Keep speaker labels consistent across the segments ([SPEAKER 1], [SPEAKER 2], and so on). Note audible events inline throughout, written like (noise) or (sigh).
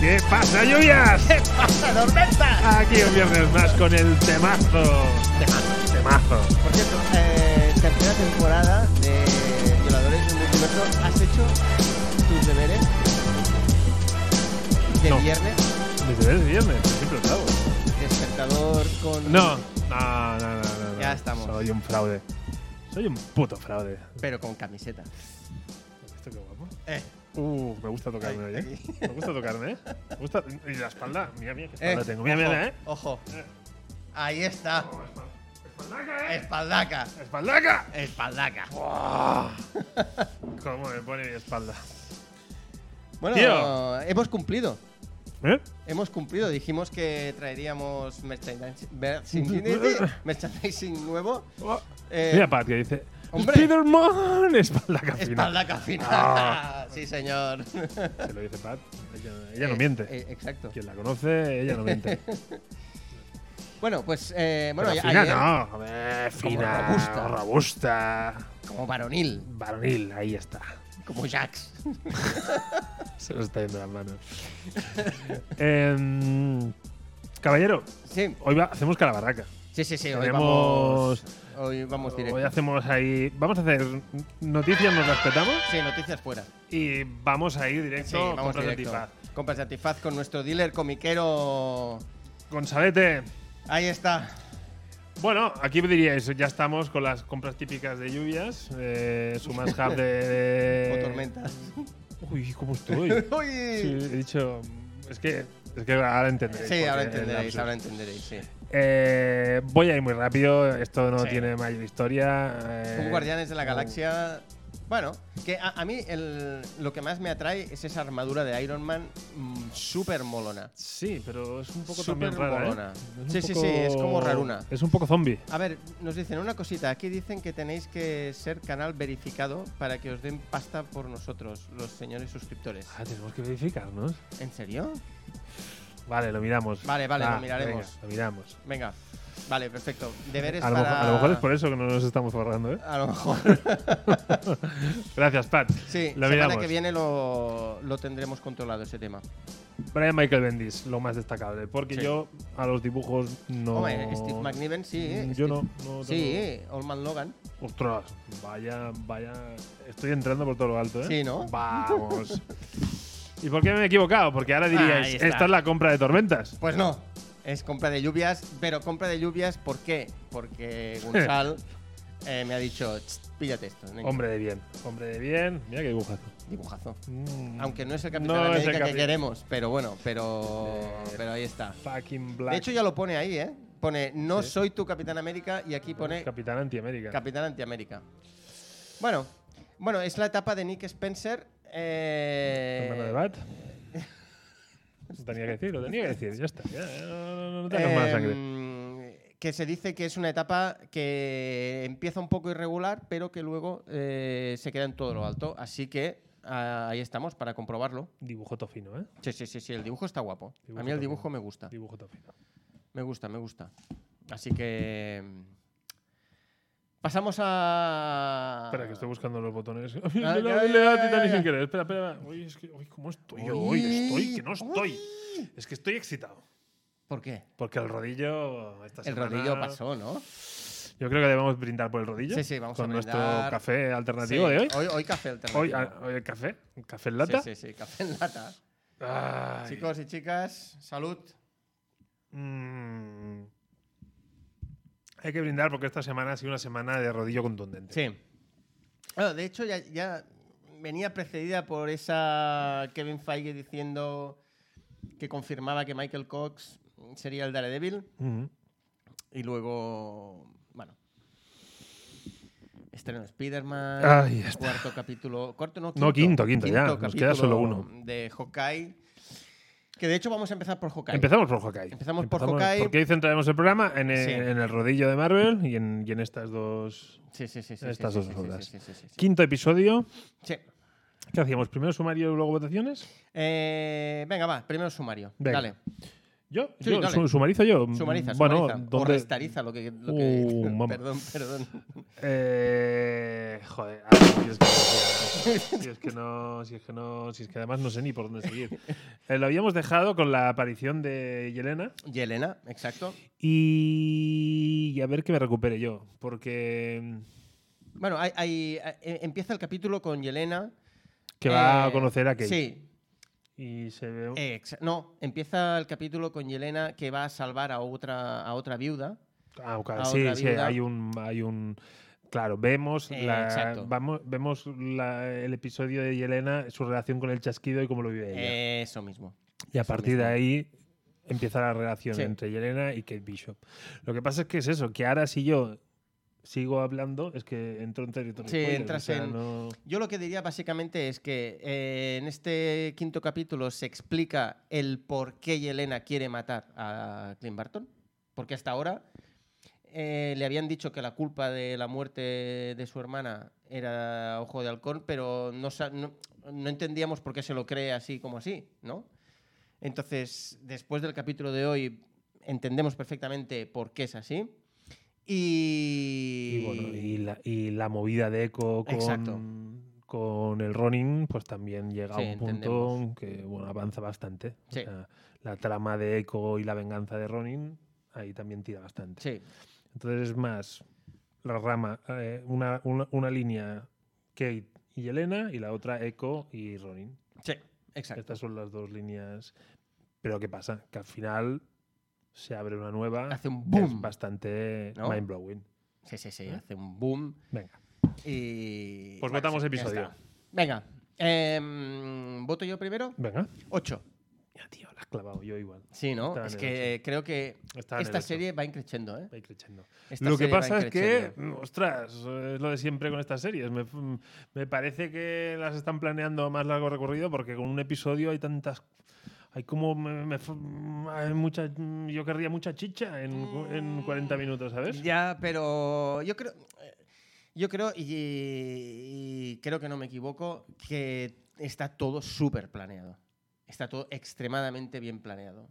[SPEAKER 1] ¿Qué pasa, lluvias?
[SPEAKER 2] ¿Qué pasa, tormenta?
[SPEAKER 1] Aquí un viernes más con el temazo.
[SPEAKER 2] Temazo.
[SPEAKER 1] Temazo.
[SPEAKER 2] Por cierto, eh, tercera temporada de Violadores del Multiverso. ¿Has hecho tus deberes de
[SPEAKER 1] No.
[SPEAKER 2] viernes?
[SPEAKER 1] Desde el viernes, siempre lo hago.
[SPEAKER 2] Despertador con.
[SPEAKER 1] No, no, no, no, no, no.
[SPEAKER 2] Ya estamos.
[SPEAKER 1] Soy un fraude. Soy un puto fraude.
[SPEAKER 2] Pero con camiseta.
[SPEAKER 1] ¿Esto qué guapo?
[SPEAKER 2] Eh,
[SPEAKER 1] Uh, me gusta tocarme
[SPEAKER 2] Ahí,
[SPEAKER 1] hoy, ¿eh?
[SPEAKER 2] aquí.
[SPEAKER 1] Me gusta tocarme, ¿eh? Me gusta. Y la espalda, mira, mira, qué
[SPEAKER 2] eh.
[SPEAKER 1] espalda tengo. Mira, mira, mira, ¿eh?
[SPEAKER 2] Ojo. Ahí está.
[SPEAKER 1] ¡Espaldaca, eh!
[SPEAKER 2] Espaldaca.
[SPEAKER 1] ¡Espaldaca!
[SPEAKER 2] (laughs) Espaldaca.
[SPEAKER 1] ¿Cómo me pone mi espalda?
[SPEAKER 2] Bueno,
[SPEAKER 1] Tío.
[SPEAKER 2] hemos cumplido.
[SPEAKER 1] ¿Eh?
[SPEAKER 2] Hemos cumplido, dijimos que traeríamos merchandising,
[SPEAKER 1] (laughs)
[SPEAKER 2] merchandising, merchandising nuevo. Eh,
[SPEAKER 1] Oh. Mira, Pat, que dice.
[SPEAKER 2] hombre.
[SPEAKER 1] ¡Spiderman! Espaldaca fina.
[SPEAKER 2] Espaldaca fina.
[SPEAKER 1] Ah.
[SPEAKER 2] sí, señor.
[SPEAKER 1] Se lo dice Pat. Ella, ella no miente.
[SPEAKER 2] Eh, eh, exacto.
[SPEAKER 1] Quien la conoce, ella no
[SPEAKER 2] (laughs)
[SPEAKER 1] miente.
[SPEAKER 2] Bueno, pues eh, bueno,
[SPEAKER 1] Pero
[SPEAKER 2] ya-
[SPEAKER 1] fina
[SPEAKER 2] ayer,
[SPEAKER 1] no, joder, fina,
[SPEAKER 2] robusta.
[SPEAKER 1] robusta,
[SPEAKER 2] como varonil,
[SPEAKER 1] varonil, ahí está.
[SPEAKER 2] como Jax. (laughs)
[SPEAKER 1] Se nos está yendo las manos. Em, caballero,
[SPEAKER 2] Sí,
[SPEAKER 1] hoy va- hacemos calabarraca.
[SPEAKER 2] sí, sí, sí, hoy
[SPEAKER 1] Tenemos-
[SPEAKER 2] vamos, hoy vamos Pues directo.
[SPEAKER 1] Hoy hacemos ahí. Vamos a hacer noticias, nos las petamos
[SPEAKER 2] Sí, noticias fuera.
[SPEAKER 1] y vamos a ir directo
[SPEAKER 2] Sí, vamos
[SPEAKER 1] compras de
[SPEAKER 2] directo.
[SPEAKER 1] antifaz.
[SPEAKER 2] Compras de antifaz con nuestro dealer comiquero.
[SPEAKER 1] Gonzalete.
[SPEAKER 2] Ahí está.
[SPEAKER 1] Bueno, aquí diríais, ya estamos con las compras típicas de lluvias, eh, su más hub de,
[SPEAKER 2] (laughs) o tormentas.
[SPEAKER 1] Eh, Uy, ¿cómo
[SPEAKER 2] (laughs)
[SPEAKER 1] estoy? Sí,
[SPEAKER 2] Uy.
[SPEAKER 1] he dicho. Es que, es que ahora entenderéis.
[SPEAKER 2] Sí,
[SPEAKER 1] por
[SPEAKER 2] ahora
[SPEAKER 1] qué el
[SPEAKER 2] entenderéis,
[SPEAKER 1] lapsus.
[SPEAKER 2] ahora entenderéis, sí.
[SPEAKER 1] Eh, voy a ir muy rápido, esto no
[SPEAKER 2] Sí.
[SPEAKER 1] tiene mayor historia. eh,
[SPEAKER 2] Como Guardianes de la Galaxia. Bueno, que a, a mí el- lo que más me atrae es esa armadura de Iron Man mm, súper molona.
[SPEAKER 1] Sí, pero es un poco
[SPEAKER 2] Súper
[SPEAKER 1] también rara.
[SPEAKER 2] molona.
[SPEAKER 1] ¿eh? un
[SPEAKER 2] Sí, sí, sí, es como raruna.
[SPEAKER 1] Es un poco zombie.
[SPEAKER 2] A ver, nos dicen una cosita. Aquí dicen que tenéis que ser canal verificado para que os den pasta por nosotros, los señores suscriptores.
[SPEAKER 1] Ah, tenemos que verificarnos.
[SPEAKER 2] ¿En serio?
[SPEAKER 1] Vale, lo miramos.
[SPEAKER 2] Vale, vale,
[SPEAKER 1] Va,
[SPEAKER 2] lo miraremos.
[SPEAKER 1] venga, lo miramos.
[SPEAKER 2] Venga, vale, perfecto. Deberes
[SPEAKER 1] A lo,
[SPEAKER 2] para.
[SPEAKER 1] mejor- a lo mejor es por eso que no nos estamos forrando, ¿eh?
[SPEAKER 2] (laughs) A lo
[SPEAKER 1] (laughs)
[SPEAKER 2] mejor.
[SPEAKER 1] Gracias, Pat.
[SPEAKER 2] Sí,
[SPEAKER 1] lo
[SPEAKER 2] la semana
[SPEAKER 1] miramos.
[SPEAKER 2] que viene lo, lo tendremos controlado ese tema.
[SPEAKER 1] Brian Michael Bendis, lo más destacable. Porque
[SPEAKER 2] Sí.
[SPEAKER 1] yo a los dibujos no. Mm,
[SPEAKER 2] Hombre, Steve McNiven, sí. eh,
[SPEAKER 1] Yo
[SPEAKER 2] Steve-
[SPEAKER 1] no, no tengo-
[SPEAKER 2] Sí, eh. Old Man Logan.
[SPEAKER 1] Ostras, vaya, vaya. Estoy entrando por todo lo alto, ¿eh?
[SPEAKER 2] Sí, ¿no?
[SPEAKER 1] Vamos. ¿Y por qué me he equivocado? Porque ahora
[SPEAKER 2] Ahí
[SPEAKER 1] diríais,
[SPEAKER 2] está.
[SPEAKER 1] esta es la compra de tormentas.
[SPEAKER 2] Pues no, es compra de lluvias, pero compra de lluvias, ¿por qué?
[SPEAKER 1] (laughs)
[SPEAKER 2] Porque Gonzal eh, me ha dicho, "Tss, píllate esto. venga".
[SPEAKER 1] Hombre de bien, hombre de bien. Mira qué dibujazo.
[SPEAKER 2] Dibujazo.
[SPEAKER 1] Mm,
[SPEAKER 2] Aunque no es el Capitán
[SPEAKER 1] No es el
[SPEAKER 2] América que
[SPEAKER 1] Capitán.
[SPEAKER 2] queremos, pero bueno, pero, pero ahí está.
[SPEAKER 1] Fucking black.
[SPEAKER 2] De hecho ya lo pone ahí, ¿eh? Pone, no
[SPEAKER 1] Sí.
[SPEAKER 2] soy tu Capitán América y aquí pone
[SPEAKER 1] Capitán Antiamérica.
[SPEAKER 2] Capitán Antiamérica. Bueno, bueno, es la etapa de Nick Spencer. eh,
[SPEAKER 1] Hermano de
[SPEAKER 2] (laughs)
[SPEAKER 1] Bat. Lo tenía que decir, lo tenía que decir. Ya está. ya, ya, no, no, no, no
[SPEAKER 2] Eh,
[SPEAKER 1] te hagas mala sangre.
[SPEAKER 2] Em, Que se dice que es una etapa que empieza un poco irregular, pero que luego eh, se queda en todo lo alto. Así que ah, ahí estamos para comprobarlo.
[SPEAKER 1] Dibujo tofino, ¿eh?
[SPEAKER 2] Sí, sí, sí, sí, el dibujo está guapo.
[SPEAKER 1] Dibujo
[SPEAKER 2] A mí el
[SPEAKER 1] también.
[SPEAKER 2] dibujo me gusta.
[SPEAKER 1] Dibujo tofino.
[SPEAKER 2] Me gusta, me gusta. Así que. em, Pasamos a.
[SPEAKER 1] Espera, que estoy buscando los botones. (laughs) le he
[SPEAKER 2] Ah, ya,
[SPEAKER 1] dado-
[SPEAKER 2] ya,
[SPEAKER 1] le he dado a
[SPEAKER 2] ya,
[SPEAKER 1] Titanic
[SPEAKER 2] ya, ya.
[SPEAKER 1] sin querer. Espera, espera. Uy, es que, uy, ¿cómo estoy yo hoy? Estoy, que no estoy. Es que estoy excitado.
[SPEAKER 2] ¿Por qué?
[SPEAKER 1] Porque el rodillo. esta
[SPEAKER 2] El
[SPEAKER 1] semana-
[SPEAKER 2] rodillo pasó, ¿no?
[SPEAKER 1] Yo creo que debemos brindar por el rodillo.
[SPEAKER 2] Sí, sí, vamos a
[SPEAKER 1] Con nuestro
[SPEAKER 2] brindar.
[SPEAKER 1] café alternativo
[SPEAKER 2] Sí,
[SPEAKER 1] de hoy.
[SPEAKER 2] Hoy, hoy café
[SPEAKER 1] Hoy,
[SPEAKER 2] alternativo.
[SPEAKER 1] ah, hoy el café. el Café en lata.
[SPEAKER 2] Sí, sí, sí, café en lata.
[SPEAKER 1] Ay.
[SPEAKER 2] Chicos y chicas, salud.
[SPEAKER 1] Mm. Hay que brindar porque esta semana ha sido una semana de rodillo contundente.
[SPEAKER 2] Sí. Bueno, de hecho, ya, ya venía precedida por esa Kevin Feige diciendo que confirmaba que Michael Cox sería el Daredevil.
[SPEAKER 1] Ujú.
[SPEAKER 2] Y luego, bueno. Estreno de Spider-Man.
[SPEAKER 1] Ahí está.
[SPEAKER 2] Cuarto capítulo. Cuarto, no, quinto.
[SPEAKER 1] No, quinto, quinto, ya, nos queda
[SPEAKER 2] capítulo
[SPEAKER 1] solo uno.
[SPEAKER 2] De Hawkeye. Que de hecho vamos a empezar por Hawkeye.
[SPEAKER 1] Empezamos por Hawkeye.
[SPEAKER 2] Empezamos por Hawkeye.
[SPEAKER 1] Porque hoy centraremos el programa en,
[SPEAKER 2] Sí.
[SPEAKER 1] en el rodillo de Marvel y en, y en estas dos.
[SPEAKER 2] Sí, sí, sí. sí,
[SPEAKER 1] Estas
[SPEAKER 2] sí,
[SPEAKER 1] dos
[SPEAKER 2] sí, sí,
[SPEAKER 1] obras.
[SPEAKER 2] sí, sí, sí, sí.
[SPEAKER 1] Quinto episodio.
[SPEAKER 2] Sí.
[SPEAKER 1] ¿Qué hacíamos? ¿Primero sumario y luego votaciones?
[SPEAKER 2] Eh, venga, va, primero sumario.
[SPEAKER 1] Venga.
[SPEAKER 2] Dale.
[SPEAKER 1] ¿Yo?
[SPEAKER 2] Sí,
[SPEAKER 1] yo
[SPEAKER 2] dale.
[SPEAKER 1] su- ¿Sumarizo yo? Mm,
[SPEAKER 2] Sumariza,
[SPEAKER 1] bueno,
[SPEAKER 2] sumariza. O
[SPEAKER 1] ¿dónde-
[SPEAKER 2] restariza lo que. lo que- (laughs)
[SPEAKER 1] Uh, mamá.
[SPEAKER 2] perdón, perdón.
[SPEAKER 1] Eh, joder, ah, si es, que, si es que no, si es que no, si es que además no sé ni por dónde seguir. Eh, lo habíamos dejado con la aparición de Yelena
[SPEAKER 2] Y Elena, exacto.
[SPEAKER 1] y, y a ver que me recupere yo, porque mm,
[SPEAKER 2] Bueno, hay, hay- eh, empieza el capítulo con Yelena.
[SPEAKER 1] que va
[SPEAKER 2] eh,
[SPEAKER 1] a conocer a Kate
[SPEAKER 2] Sí.
[SPEAKER 1] y se ve
[SPEAKER 2] exa- no, empieza el capítulo con Yelena que va a salvar a otra, a otra viuda.
[SPEAKER 1] Ah, ok,
[SPEAKER 2] a
[SPEAKER 1] sí,
[SPEAKER 2] otra
[SPEAKER 1] sí,
[SPEAKER 2] viuda.
[SPEAKER 1] hay un, hay un, claro, vemos,
[SPEAKER 2] Eh,
[SPEAKER 1] la-
[SPEAKER 2] exacto.
[SPEAKER 1] vamos, vemos la- el episodio de Yelena, su relación con el chasquido y cómo lo vive ella.
[SPEAKER 2] Eso mismo.
[SPEAKER 1] Y a
[SPEAKER 2] Eh, Eso
[SPEAKER 1] partir de
[SPEAKER 2] mismo.
[SPEAKER 1] ahí empieza la relación
[SPEAKER 2] Sí.
[SPEAKER 1] entre Yelena y Kate Bishop. Lo que pasa es que es eso, que ahora si yo sigo hablando, es que entro en territorio.
[SPEAKER 2] Sí,
[SPEAKER 1] spoiler,
[SPEAKER 2] entras en-
[SPEAKER 1] no-
[SPEAKER 2] Yo lo que diría básicamente es que eh, en este quinto capítulo se explica el por qué Yelena quiere matar a Clint Barton. Porque hasta ahora eh, le habían dicho que la culpa de la muerte de su hermana era Ojo de Halcón, pero no, sa- no- no entendíamos por qué se lo cree así como así, ¿no? Entonces, después del capítulo de hoy, entendemos perfectamente por qué es así. Y,
[SPEAKER 1] Y, bueno, y la, y la movida de Echo
[SPEAKER 2] Exacto.
[SPEAKER 1] con, con el Ronin, pues también llega
[SPEAKER 2] Sí,
[SPEAKER 1] a un punto
[SPEAKER 2] entendemos.
[SPEAKER 1] que bueno, avanza bastante. O
[SPEAKER 2] Sí.
[SPEAKER 1] sea, la trama de Echo y la venganza de Ronin, ahí también tira bastante.
[SPEAKER 2] Sí,
[SPEAKER 1] Entonces es más la rama, eh, una, una- una línea Kate y Elena y la otra Echo y Ronin.
[SPEAKER 2] sí, exacto.
[SPEAKER 1] Estas son las dos líneas. Pero ¿qué pasa? Que al final se abre una nueva.
[SPEAKER 2] Hace un
[SPEAKER 1] que
[SPEAKER 2] boom,
[SPEAKER 1] Es bastante
[SPEAKER 2] ¿no?
[SPEAKER 1] mind blowing.
[SPEAKER 2] Sí, sí, sí, hace un boom.
[SPEAKER 1] Venga.
[SPEAKER 2] Y.
[SPEAKER 1] ¿Eh? Pues
[SPEAKER 2] bueno,
[SPEAKER 1] votamos
[SPEAKER 2] sí, ya
[SPEAKER 1] episodio.
[SPEAKER 2] está. Venga. em, ¿Voto yo primero?
[SPEAKER 1] Venga.
[SPEAKER 2] 8.
[SPEAKER 1] Ya, tío, la has clavado yo igual.
[SPEAKER 2] Sí, ¿no?
[SPEAKER 1] Estaba
[SPEAKER 2] es
[SPEAKER 1] en el
[SPEAKER 2] que creo que
[SPEAKER 1] Estaba en el
[SPEAKER 2] esta
[SPEAKER 1] ocho.
[SPEAKER 2] serie va increciendo, ¿eh?
[SPEAKER 1] Va a ir creciendo.
[SPEAKER 2] Esta
[SPEAKER 1] Lo que
[SPEAKER 2] serie va
[SPEAKER 1] pasa es que,
[SPEAKER 2] increciendo.
[SPEAKER 1] mm, ostras, es lo de siempre con estas series. Me, me parece que las están planeando a más largo recorrido porque con un episodio hay tantas. Hay como. me- me- me- hay mucha, yo querría mucha chicha en, en 40 minutos, ¿sabes?
[SPEAKER 2] Ya, pero yo creo. Yo creo, y, y creo que no me equivoco, que está todo súper planeado. Está todo extremadamente bien planeado.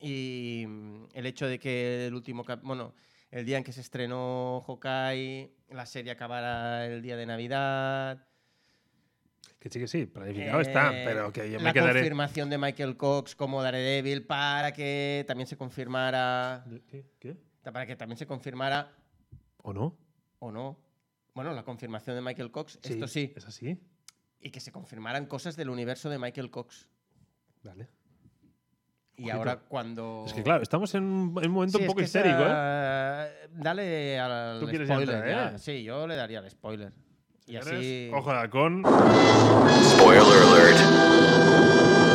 [SPEAKER 2] Y mm, el hecho de que el último cap- bueno, el día en que se estrenó Hawkeye, la serie acabara el día de Navidad.
[SPEAKER 1] Que sí, que sí, planificado está,
[SPEAKER 2] eh,
[SPEAKER 1] pero que yo
[SPEAKER 2] la
[SPEAKER 1] me quedaré.
[SPEAKER 2] confirmación de Michael Cox como Daredevil para que también se confirmara.
[SPEAKER 1] ¿Qué? ¿Qué?
[SPEAKER 2] Para que también se confirmara
[SPEAKER 1] ¿O no?
[SPEAKER 2] o no. Bueno, la confirmación de Michael Cox, esto sí.
[SPEAKER 1] ¿Es así?
[SPEAKER 2] Y que se confirmaran cosas del universo de Michael Cox.
[SPEAKER 1] Vale.
[SPEAKER 2] Y
[SPEAKER 1] Ojito.
[SPEAKER 2] ahora cuando...
[SPEAKER 1] Es que claro, estamos en un en un momento un
[SPEAKER 2] Sí, es
[SPEAKER 1] poco
[SPEAKER 2] que
[SPEAKER 1] histérico, ¿eh?
[SPEAKER 2] esa- Dale al
[SPEAKER 1] Tú quieres
[SPEAKER 2] spoiler.
[SPEAKER 1] entrar,
[SPEAKER 2] ya.
[SPEAKER 1] ¿eh?
[SPEAKER 2] Sí, yo le daría al spoiler. Y así... (laughs)
[SPEAKER 1] Ojo de halcón.
[SPEAKER 3] Spoiler alert.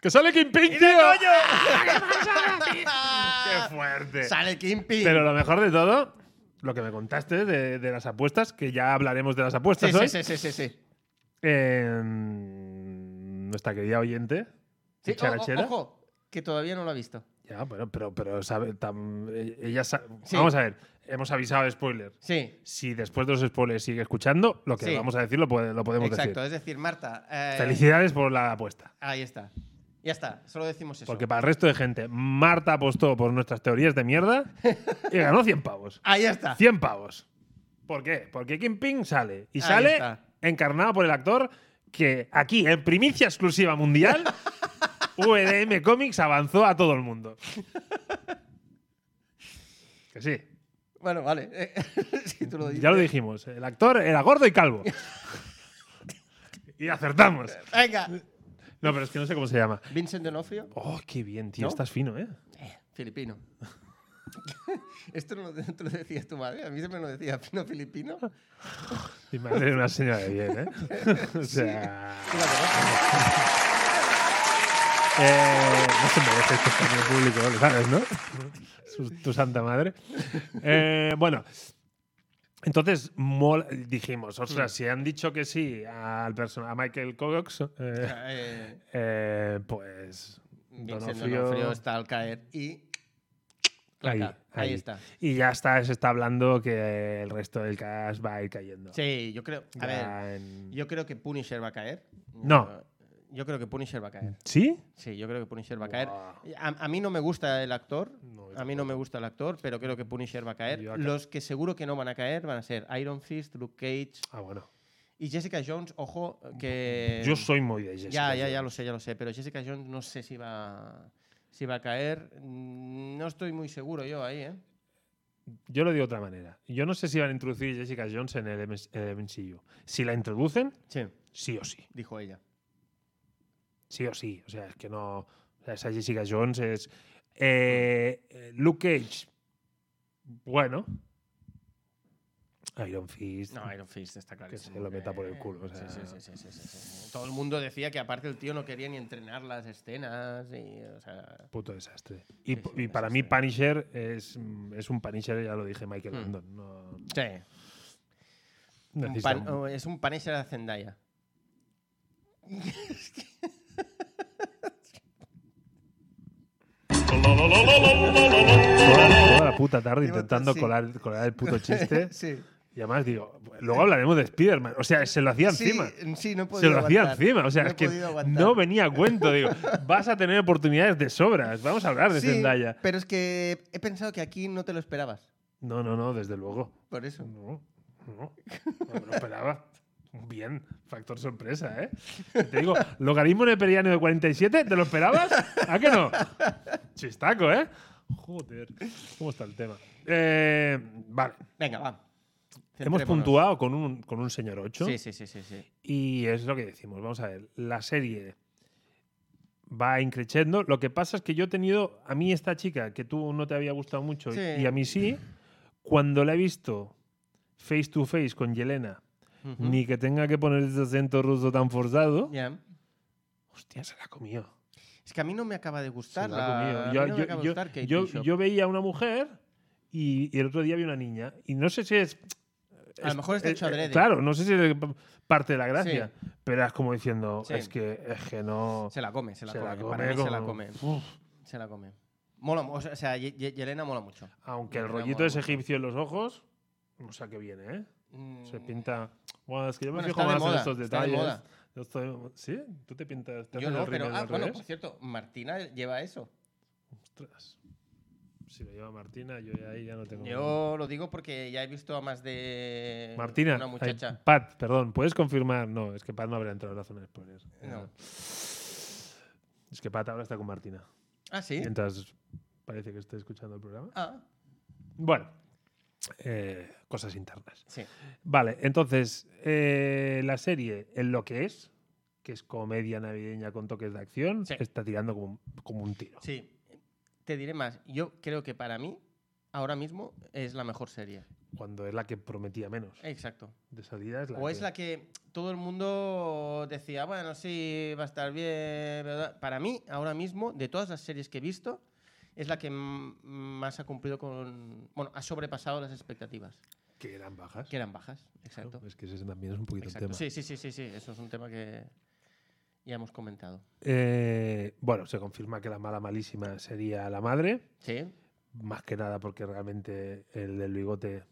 [SPEAKER 1] ¡Que sale Kingpin, tío! (laughs) ¡Qué fuerte!
[SPEAKER 2] ¡Sale Kimpy!
[SPEAKER 1] Pero lo mejor de todo, lo que me contaste de, de las apuestas, que ya hablaremos de las apuestas
[SPEAKER 2] Sí, sí,
[SPEAKER 1] hoy.
[SPEAKER 2] sí, sí, sí, sí.
[SPEAKER 1] Eh, em, nuestra querida oyente,
[SPEAKER 2] Sí, o- o-
[SPEAKER 1] Charachera.
[SPEAKER 2] ojo, que todavía no lo ha visto.
[SPEAKER 1] Ya, bueno, pero, pero sabe, tam- eh, ella sa-
[SPEAKER 2] Sí.
[SPEAKER 1] Vamos a ver, hemos avisado de spoiler.
[SPEAKER 2] Sí,
[SPEAKER 1] Si después de los spoilers sigue escuchando, lo que
[SPEAKER 2] Sí.
[SPEAKER 1] vamos a decir lo, puede- lo podemos
[SPEAKER 2] exacto.
[SPEAKER 1] decir.
[SPEAKER 2] Es decir, Marta... eh,
[SPEAKER 1] Felicidades por la apuesta.
[SPEAKER 2] Ahí está. Ya está, solo decimos eso.
[SPEAKER 1] Porque para el resto de gente, Marta apostó por nuestras teorías de mierda y ganó 100 pavos.
[SPEAKER 2] Ahí está.
[SPEAKER 1] 100 pavos. ¿Por qué? Porque Kim Ping sale. Y
[SPEAKER 2] Ahí
[SPEAKER 1] sale
[SPEAKER 2] está.
[SPEAKER 1] encarnado por el actor que aquí, en primicia exclusiva
[SPEAKER 2] (laughs)
[SPEAKER 1] mundial, VDM Comics avanzó a todo el mundo. Que sí.
[SPEAKER 2] Bueno, vale. (laughs) eh, si tú lo dices.
[SPEAKER 1] Ya lo dijimos. El actor era gordo y calvo. y acertamos.
[SPEAKER 2] Venga.
[SPEAKER 1] No, pero es que no sé cómo se llama.
[SPEAKER 2] Vincent D'Onofrio,
[SPEAKER 1] Oh, qué bien, tío.
[SPEAKER 2] ¿No?
[SPEAKER 1] Estás fino, ¿eh?
[SPEAKER 2] filipino. (laughs) Esto no lo, te lo decías tu madre, a mí siempre me lo decía, ¿fino filipino? Tú
[SPEAKER 1] Mi madre era una señora de bien, ¿eh?
[SPEAKER 2] (laughs)
[SPEAKER 1] o sea.
[SPEAKER 2] la conoces.
[SPEAKER 1] Eh, no se merece este premio público, lo sabes, ¿no? Su- tu santa madre. Eh, bueno, Entonces, mola- dijimos, ostras, si han dicho que sí al persona, a Michael Cox, eh,
[SPEAKER 2] Eh,
[SPEAKER 1] eh, pues.
[SPEAKER 2] Vincent
[SPEAKER 1] Donofrio-
[SPEAKER 2] Donofrio está al caer y.
[SPEAKER 1] Ahí,
[SPEAKER 2] Ahí,
[SPEAKER 1] ahí.
[SPEAKER 2] está.
[SPEAKER 1] Y ya está, se está hablando que el resto del cast va a ir cayendo.
[SPEAKER 2] Sí, yo creo. A ver,
[SPEAKER 1] Ya en-
[SPEAKER 2] yo creo que Punisher va a caer. Eh,
[SPEAKER 1] No.
[SPEAKER 2] Yo creo que Punisher va a caer.
[SPEAKER 1] ¿Sí?
[SPEAKER 2] Sí, yo creo que Punisher va a caer.
[SPEAKER 1] Buah.
[SPEAKER 2] A, a mí no me gusta el actor.
[SPEAKER 1] No, yo
[SPEAKER 2] a mí no me gusta el actor, pero creo que Punisher va a caer.
[SPEAKER 1] Yo acá-
[SPEAKER 2] Los que seguro que no van a caer van a ser Iron Fist, Luke Cage
[SPEAKER 1] Ah, bueno.
[SPEAKER 2] y Jessica Jones. Ojo, que.
[SPEAKER 1] Yo soy muy de Jessica.
[SPEAKER 2] Ya, ya, ya
[SPEAKER 1] Jones.
[SPEAKER 2] lo sé, ya lo sé. Pero Jessica Jones no sé si va, si va a caer. Mm, No estoy muy seguro yo ahí, ¿eh?
[SPEAKER 1] Yo lo digo de otra manera. Yo no sé si van a introducir Jessica Jones en el MS en el MCU. Si la introducen,
[SPEAKER 2] Sí,
[SPEAKER 1] sí o sí.
[SPEAKER 2] dijo ella.
[SPEAKER 1] Sí o sí. O sea, es que no. o sea, esa Jessica Jones es. Eh, eh, Luke Cage. Bueno. Iron Fist.
[SPEAKER 2] No, Iron Fist está claro.
[SPEAKER 1] se lo meta por el culo, o sea.
[SPEAKER 2] sí, sí, sí, sí, sí, sí. Todo el mundo decía que aparte el tío no quería ni entrenar las escenas. Y, o sea,
[SPEAKER 1] Puto desastre. Y,
[SPEAKER 2] Sí,
[SPEAKER 1] po-
[SPEAKER 2] sí,
[SPEAKER 1] y para mí,
[SPEAKER 2] desastre.
[SPEAKER 1] Punisher es, mm, es un Punisher, ya lo dije, Michael
[SPEAKER 2] Hmm.
[SPEAKER 1] Landon. No,
[SPEAKER 2] sí. Un
[SPEAKER 1] necesita
[SPEAKER 2] pan- oh.
[SPEAKER 1] un-
[SPEAKER 2] o es un Punisher a Zendaya.
[SPEAKER 1] toda, toda la puta tarde
[SPEAKER 2] Digo,
[SPEAKER 1] intentando
[SPEAKER 2] sí.
[SPEAKER 1] colar, colar el
[SPEAKER 2] (laughs)
[SPEAKER 1] puto chiste.
[SPEAKER 2] sí.
[SPEAKER 1] Y además digo, luego hablaremos de Spider-Man. O sea, se lo hacía encima.
[SPEAKER 2] Sí, mm, sí, no he
[SPEAKER 1] Se
[SPEAKER 2] podido
[SPEAKER 1] lo hacía
[SPEAKER 2] aguantar.
[SPEAKER 1] encima. O sea,
[SPEAKER 2] No he
[SPEAKER 1] es que
[SPEAKER 2] podido aguantar.
[SPEAKER 1] no venía a cuento. Digo, vas a tener oportunidades de sobras. Vamos a hablar de
[SPEAKER 2] Sí,
[SPEAKER 1] Zendaya.
[SPEAKER 2] Pero es que he pensado que aquí no te lo esperabas.
[SPEAKER 1] No, no, no, desde luego.
[SPEAKER 2] Por eso.
[SPEAKER 1] No, no. No me lo esperaba. Bien, factor sorpresa, ¿eh? Que Te digo, logaritmo neperiano de 47, ¿te lo esperabas? ¿A qué no? Chistaco, ¿eh? Joder, ¿cómo está el tema? Eh, vale,
[SPEAKER 2] Venga, va.
[SPEAKER 1] hemos
[SPEAKER 2] Centrémonos.
[SPEAKER 1] puntuado con un, con un señor 8
[SPEAKER 2] Sí, sí, sí, sí, sí.
[SPEAKER 1] y es lo que decimos. Vamos a ver, la serie va increciendo. Lo que pasa es que yo he tenido, a mí esta chica, que tú no te había gustado mucho y-
[SPEAKER 2] Sí.
[SPEAKER 1] y a mí sí, cuando la he visto face to face con Yelena
[SPEAKER 2] Ujú.
[SPEAKER 1] ni que tenga que poner ese acento ruso tan forzado.
[SPEAKER 2] Ya.
[SPEAKER 1] Hostia, se la comió.
[SPEAKER 2] Es que a mí no me acaba de
[SPEAKER 1] Se
[SPEAKER 2] gustar.
[SPEAKER 1] la
[SPEAKER 2] la-
[SPEAKER 1] comió.
[SPEAKER 2] a mí
[SPEAKER 1] Yo-
[SPEAKER 2] no me
[SPEAKER 1] yo-
[SPEAKER 2] acaba de
[SPEAKER 1] yo-
[SPEAKER 2] gustar Kate
[SPEAKER 1] yo-
[SPEAKER 2] Bishop.
[SPEAKER 1] yo veía una mujer y, y el otro día vi una niña. Y no sé si es.
[SPEAKER 2] A lo mejor está
[SPEAKER 1] eh,
[SPEAKER 2] hecho
[SPEAKER 1] eh,
[SPEAKER 2] adrede.
[SPEAKER 1] Claro, no sé si es parte de la gracia. Pero es como diciendo,
[SPEAKER 2] Sí.
[SPEAKER 1] es, que, es que no.
[SPEAKER 2] Se la come, se la
[SPEAKER 1] se
[SPEAKER 2] come.
[SPEAKER 1] la
[SPEAKER 2] Para mí
[SPEAKER 1] come
[SPEAKER 2] se la
[SPEAKER 1] como-
[SPEAKER 2] come.
[SPEAKER 1] Uf.
[SPEAKER 2] Se la come. Mola, mu- o sea, o sea, Ye- Ye- Yelena mola mucho.
[SPEAKER 1] Aunque el
[SPEAKER 2] Me la
[SPEAKER 1] rollito
[SPEAKER 2] mola
[SPEAKER 1] es
[SPEAKER 2] mucho.
[SPEAKER 1] egipcio en los ojos, no sé qué viene, ¿eh?
[SPEAKER 2] Mm,
[SPEAKER 1] Se pinta. Buah, es que yo me
[SPEAKER 2] Bueno,
[SPEAKER 1] fijo
[SPEAKER 2] está de
[SPEAKER 1] más en
[SPEAKER 2] moda,
[SPEAKER 1] estos
[SPEAKER 2] está de
[SPEAKER 1] detalles.
[SPEAKER 2] moda.
[SPEAKER 1] Yo estoy- ¿Sí? ¿Tú te pintas? te
[SPEAKER 2] Yo
[SPEAKER 1] haces
[SPEAKER 2] no,
[SPEAKER 1] el
[SPEAKER 2] pero.
[SPEAKER 1] rímel
[SPEAKER 2] Ah,
[SPEAKER 1] al
[SPEAKER 2] bueno,
[SPEAKER 1] revés?
[SPEAKER 2] por cierto, Martina lleva eso.
[SPEAKER 1] Ostras. Si lo lleva Martina, yo ya ahí ya no tengo.
[SPEAKER 2] Yo lo digo porque ya he visto a más de.
[SPEAKER 1] Martina,
[SPEAKER 2] Una
[SPEAKER 1] ay,
[SPEAKER 2] muchacha.
[SPEAKER 1] Pat, perdón, ¿puedes confirmar? No, es que Pat no habrá entrado en la zona de spoilers.
[SPEAKER 2] No.
[SPEAKER 1] Es que Pat ahora está con Martina.
[SPEAKER 2] Ah, sí.
[SPEAKER 1] Mientras parece que esté escuchando el programa.
[SPEAKER 2] Ah,
[SPEAKER 1] Bueno, eh, cosas internas.
[SPEAKER 2] sí.
[SPEAKER 1] Vale, entonces, eh, la serie, en lo que es, que es comedia navideña con toques de acción,
[SPEAKER 2] Sí.
[SPEAKER 1] está tirando como, como un tiro.
[SPEAKER 2] Sí. Te diré más. Yo creo que para mí, ahora mismo, es la mejor serie.
[SPEAKER 1] Cuando es la que prometía menos.
[SPEAKER 2] Exacto.
[SPEAKER 1] De salida es la
[SPEAKER 2] Eh, O
[SPEAKER 1] que-
[SPEAKER 2] es la que todo el mundo decía, bueno, sí, va a estar bien. ¿verdad? Para mí, ahora mismo, de todas las series que he visto, es la que m- más ha cumplido con. Bueno, ha sobrepasado las expectativas,
[SPEAKER 1] que eran bajas.
[SPEAKER 2] que eran bajas.
[SPEAKER 1] ¿no?
[SPEAKER 2] Exacto.
[SPEAKER 1] Es que ese también es un poquito
[SPEAKER 2] exacto.
[SPEAKER 1] el tema.
[SPEAKER 2] Sí, sí, sí, sí, sí. Eso es un tema que ya hemos comentado.
[SPEAKER 1] Eh, bueno, se confirma que la mala malísima sería la madre,
[SPEAKER 2] Sí,
[SPEAKER 1] Mm. más que nada porque realmente el del bigote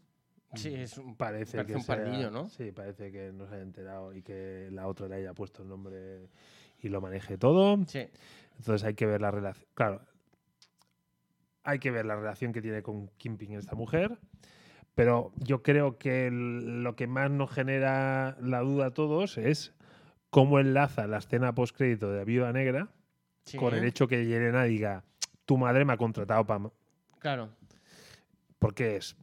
[SPEAKER 2] sí, es un par.
[SPEAKER 1] parece,
[SPEAKER 2] Parece
[SPEAKER 1] que
[SPEAKER 2] un pardillo, ¿no?
[SPEAKER 1] Sí, parece que no se haya enterado y que la otra le haya puesto el nombre y lo maneje todo.
[SPEAKER 2] Sí,
[SPEAKER 1] Entonces hay que ver la relación. Claro, hay que ver la relación que tiene con Kimping esta mujer. Pero yo creo que el- lo que más nos genera la duda a todos es cómo enlaza la escena postcrédito de Viuda Negra
[SPEAKER 2] sí.
[SPEAKER 1] con el hecho que Yelena diga, tu madre me ha contratado para...
[SPEAKER 2] Claro.
[SPEAKER 1] Porque es...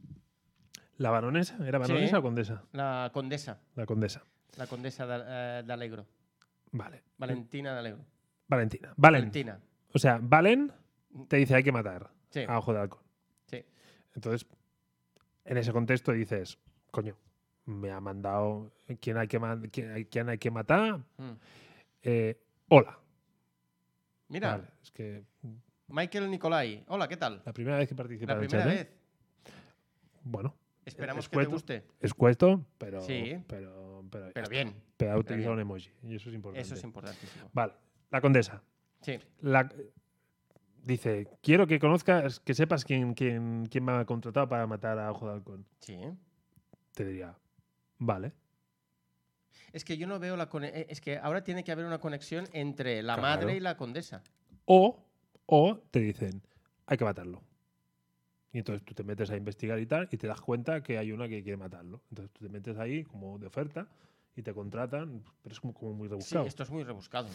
[SPEAKER 1] ¿La baronesa? ¿Era
[SPEAKER 2] Sí.
[SPEAKER 1] baronesa o condesa?
[SPEAKER 2] La condesa,
[SPEAKER 1] La condesa.
[SPEAKER 2] la condesa de, eh, de Alegro.
[SPEAKER 1] Vale.
[SPEAKER 2] Valentina de Alegro.
[SPEAKER 1] Valentina. Valen.
[SPEAKER 2] Valentina.
[SPEAKER 1] O sea, Valen te dice hay que matar
[SPEAKER 2] Sí,
[SPEAKER 1] a Ojo de Halcón.
[SPEAKER 2] sí.
[SPEAKER 1] Entonces, en ese contexto dices, coño, me ha mandado quién hay que, ma- quién hay, quién hay que matar.
[SPEAKER 2] Mm.
[SPEAKER 1] Eh, hola.
[SPEAKER 2] Mira,
[SPEAKER 1] Vale, es que
[SPEAKER 2] Michael Nicolai. Hola, ¿qué tal?
[SPEAKER 1] la primera vez que participa
[SPEAKER 2] La
[SPEAKER 1] en el
[SPEAKER 2] primera
[SPEAKER 1] chat, ¿eh?
[SPEAKER 2] vez.
[SPEAKER 1] Bueno,
[SPEAKER 2] Esperamos
[SPEAKER 1] es
[SPEAKER 2] que te
[SPEAKER 1] cueto.
[SPEAKER 2] guste.
[SPEAKER 1] Es cuesto, pero,
[SPEAKER 2] Sí.
[SPEAKER 1] pero, pero,
[SPEAKER 2] Pero bien.
[SPEAKER 1] pero ha
[SPEAKER 2] pero
[SPEAKER 1] utilizado un
[SPEAKER 2] bien.
[SPEAKER 1] emoji. Y eso es importante.
[SPEAKER 2] Eso es importantísimo.
[SPEAKER 1] Vale, la condesa.
[SPEAKER 2] Sí.
[SPEAKER 1] La- dice, quiero que conozcas, que sepas quién, quién, quién me ha contratado para matar a Ojo de Halcón.
[SPEAKER 2] Sí.
[SPEAKER 1] Te diría, vale.
[SPEAKER 2] Es que yo no veo la conexión. Es que ahora tiene que haber una conexión entre la
[SPEAKER 1] Claro.
[SPEAKER 2] madre y la condesa.
[SPEAKER 1] O, o te dicen, hay que matarlo. Y entonces tú te metes a investigar y tal, y te das cuenta que hay una que quiere matarlo. Entonces tú te metes ahí como de oferta y te contratan, pero es como, como muy
[SPEAKER 2] Sí,
[SPEAKER 1] rebuscado.
[SPEAKER 2] esto es muy rebuscado.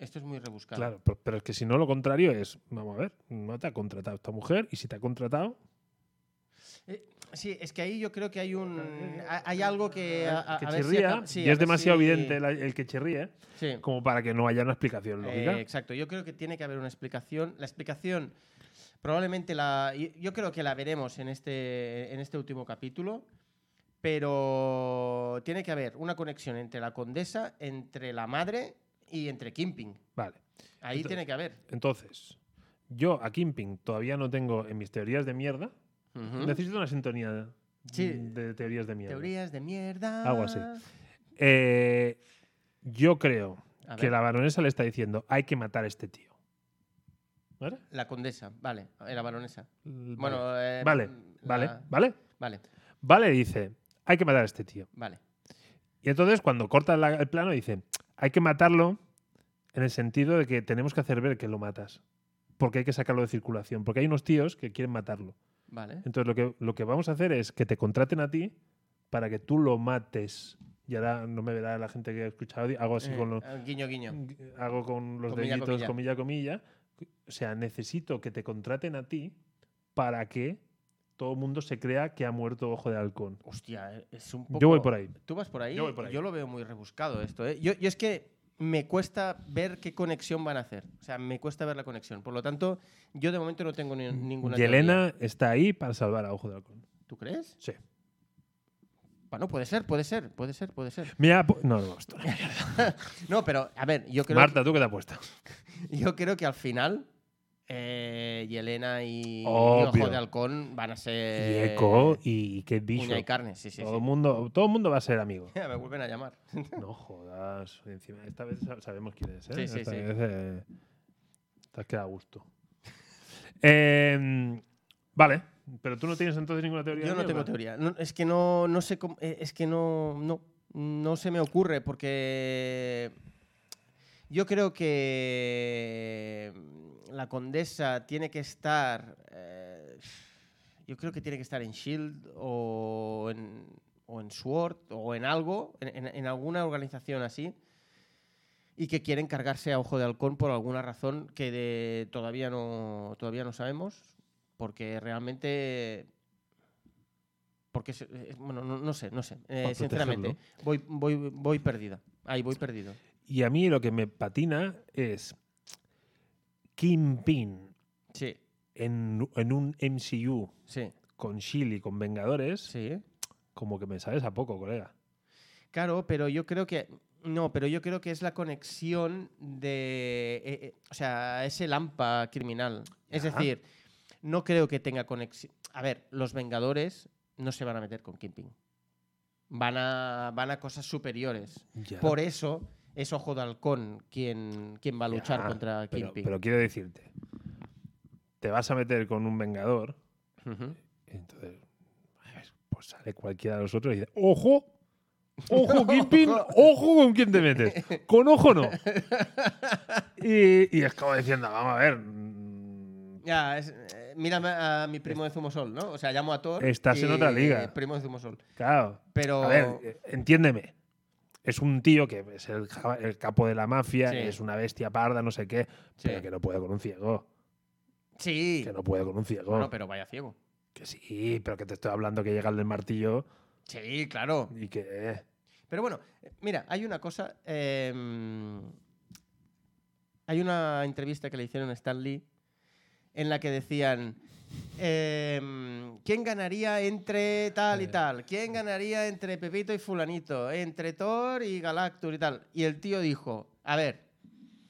[SPEAKER 2] Esto es muy rebuscado.
[SPEAKER 1] Claro, pero, pero es que si no, lo contrario es, vamos a ver, no te ha contratado esta mujer y si te ha contratado,
[SPEAKER 2] Eh, sí, es que ahí yo creo que hay un. Mm, ha- Hay algo que. A, a-
[SPEAKER 1] Eh, que
[SPEAKER 2] a ver si
[SPEAKER 1] chirría,
[SPEAKER 2] acaba- sí,
[SPEAKER 1] y
[SPEAKER 2] a
[SPEAKER 1] es
[SPEAKER 2] ver
[SPEAKER 1] demasiado
[SPEAKER 2] si-
[SPEAKER 1] evidente la- el que chirría,
[SPEAKER 2] Sí.
[SPEAKER 1] como para que no haya una explicación
[SPEAKER 2] Eh,
[SPEAKER 1] lógica.
[SPEAKER 2] exacto, yo creo que tiene que haber una explicación. La explicación, probablemente la. y- Yo creo que la veremos en este, en este último capítulo. Pero tiene que haber una conexión entre la condesa, entre la madre y entre Kimping.
[SPEAKER 1] vale.
[SPEAKER 2] Ahí
[SPEAKER 1] Entonces-
[SPEAKER 2] tiene que haber.
[SPEAKER 1] Entonces, yo a Kimping todavía no tengo en mis teorías de mierda.
[SPEAKER 2] Ujú.
[SPEAKER 1] Necesito una sintonía
[SPEAKER 2] ¿Mm? Sí.
[SPEAKER 1] de teorías de mierda.
[SPEAKER 2] Teorías de mierda.
[SPEAKER 1] Algo así. Eh, yo creo
[SPEAKER 2] A
[SPEAKER 1] que
[SPEAKER 2] ver.
[SPEAKER 1] la baronesa le está diciendo, hay que matar a este tío. ¿Vale?
[SPEAKER 2] La condesa, vale, era baronesa.
[SPEAKER 1] L- vale.
[SPEAKER 2] Bueno, eh,
[SPEAKER 1] vale,
[SPEAKER 2] la-
[SPEAKER 1] vale, vale.
[SPEAKER 2] Vale,
[SPEAKER 1] Vale, dice, hay que matar a este tío.
[SPEAKER 2] vale.
[SPEAKER 1] Y entonces cuando corta la- el plano dice, hay que matarlo en el sentido de que tenemos que hacer ver que lo matas. Porque hay que sacarlo de circulación. Porque hay unos tíos que quieren matarlo.
[SPEAKER 2] Vale.
[SPEAKER 1] Entonces lo que, lo que vamos a hacer es que te contraten a ti para que tú lo mates. Y ahora no me verá la gente que ha escuchado. Hago así
[SPEAKER 2] Eh,
[SPEAKER 1] con, lo- mm,
[SPEAKER 2] ah, guiño, guiño.
[SPEAKER 1] hago con los
[SPEAKER 2] Comilla,
[SPEAKER 1] deditos, comilla, comilla. O sea, necesito que te contraten a ti para que todo el mundo se crea que ha muerto Ojo de Halcón.
[SPEAKER 2] Hostia, eh, es un poco.
[SPEAKER 1] Yo voy por ahí.
[SPEAKER 2] Tú vas por ahí.
[SPEAKER 1] Yo voy por ahí.
[SPEAKER 2] lo veo muy rebuscado esto, ¿eh? Yo, yo es que me cuesta ver qué conexión van a hacer. O sea, me cuesta ver la conexión. Por lo tanto, yo de momento no tengo ni- ninguna.
[SPEAKER 1] Y Elena está ahí para salvar a Ojo de Halcón.
[SPEAKER 2] teoría. ¿Tú crees?
[SPEAKER 1] Sí.
[SPEAKER 2] Bueno, puede ser, puede ser, puede ser, puede ser.
[SPEAKER 1] Mira, po- no, no, esto no.
[SPEAKER 2] No, pero a ver, yo creo,
[SPEAKER 1] Marta, ¿tú qué te apuestas?
[SPEAKER 2] que, yo creo que al final. Eh, Yelena y, y
[SPEAKER 1] Obvio.
[SPEAKER 2] Ojo de Halcón van a ser.
[SPEAKER 1] y Eco y qué bicho.
[SPEAKER 2] Uña Eh, y carne, sí, sí.
[SPEAKER 1] todo,
[SPEAKER 2] (laughs)
[SPEAKER 1] el
[SPEAKER 2] sí.
[SPEAKER 1] mundo, todo el mundo va a ser amigo. (laughs)
[SPEAKER 2] Me vuelven a llamar.
[SPEAKER 1] No jodas. Encima, esta vez sa- sabemos quién es, ¿eh?
[SPEAKER 2] Sí, sí,
[SPEAKER 1] esta
[SPEAKER 2] sí.
[SPEAKER 1] vez eh, te has quedado a gusto. (laughs) Em, vale, pero tú no tienes entonces ninguna teoría.
[SPEAKER 2] Yo
[SPEAKER 1] de
[SPEAKER 2] no tengo
[SPEAKER 1] mierda?
[SPEAKER 2] teoría. No, es que no, no sé cómo. eh, Es que no, no. No se me ocurre porque. Yo creo que. La condesa tiene que estar. eh, yo creo que tiene que estar en Shield o en, o en Sword o en algo, en, en- en alguna organización así. Y que quieren cargarse a Ojo de Halcón por alguna razón que de- todavía, no, todavía no sabemos. Porque realmente porque se- eh, bueno, no, no sé, no sé. Eh,
[SPEAKER 1] Para
[SPEAKER 2] sinceramente, voy, voy, voy perdida. Ahí voy perdido.
[SPEAKER 1] Y a mí lo que me patina es Kim Pin
[SPEAKER 2] Sí,
[SPEAKER 1] en, en un MCU
[SPEAKER 2] sí,
[SPEAKER 1] con Shield y con Vengadores,
[SPEAKER 2] sí.
[SPEAKER 1] como que me sabes a poco, colega.
[SPEAKER 2] Claro, pero yo creo que. No, pero yo creo que es la conexión de. eh, eh, o sea, ese lampa criminal. Es
[SPEAKER 1] Ya.
[SPEAKER 2] decir, no creo que tenga conexión. A ver, los Vengadores no se van a meter con Kimping. Van a, van a cosas superiores.
[SPEAKER 1] Ya.
[SPEAKER 2] Por eso es Ojo de Halcón quien, quien va a luchar
[SPEAKER 1] Ya,
[SPEAKER 2] contra
[SPEAKER 1] pero-
[SPEAKER 2] Kimping.
[SPEAKER 1] pero quiero decirte, te vas a meter con un Vengador.
[SPEAKER 2] Ujú.
[SPEAKER 1] Entonces, a ver, pues sale cualquiera de los otros y dice, ¡ojo!
[SPEAKER 2] (laughs)
[SPEAKER 1] ¡Ojo, Kimpin! ¡Ojo con quién te metes! ¡Con ojo no! Y, y es como diciendo, vamos a ver, mm,
[SPEAKER 2] Ya, es, eh, mírame a mi primo de Zumosol, ¿no? O sea, llamo a Thor.
[SPEAKER 1] Estás en
[SPEAKER 2] y,
[SPEAKER 1] otra liga.
[SPEAKER 2] eh, primo de Zumosol.
[SPEAKER 1] claro.
[SPEAKER 2] Pero.
[SPEAKER 1] A ver, eh, entiéndeme. Es un tío que es el, ja- el capo de la mafia,
[SPEAKER 2] Sí.
[SPEAKER 1] es una bestia parda, no sé qué,
[SPEAKER 2] Sí.
[SPEAKER 1] pero que no puede con un ciego.
[SPEAKER 2] sí.
[SPEAKER 1] Que no puede con un ciego.
[SPEAKER 2] Bueno, pero vaya ciego.
[SPEAKER 1] Que sí, pero que te estoy hablando que llega el del martillo
[SPEAKER 2] Sí, claro.
[SPEAKER 1] y que. eh,
[SPEAKER 2] Pero bueno, eh, mira, hay una cosa. eh, hay una entrevista que le hicieron a Stan Lee en la que decían. eh, ¿Quién ganaría entre tal y tal? ¿Quién ganaría entre Pepito y Fulanito? ¿Entre Thor y Galactus y tal? Y el tío dijo: A ver,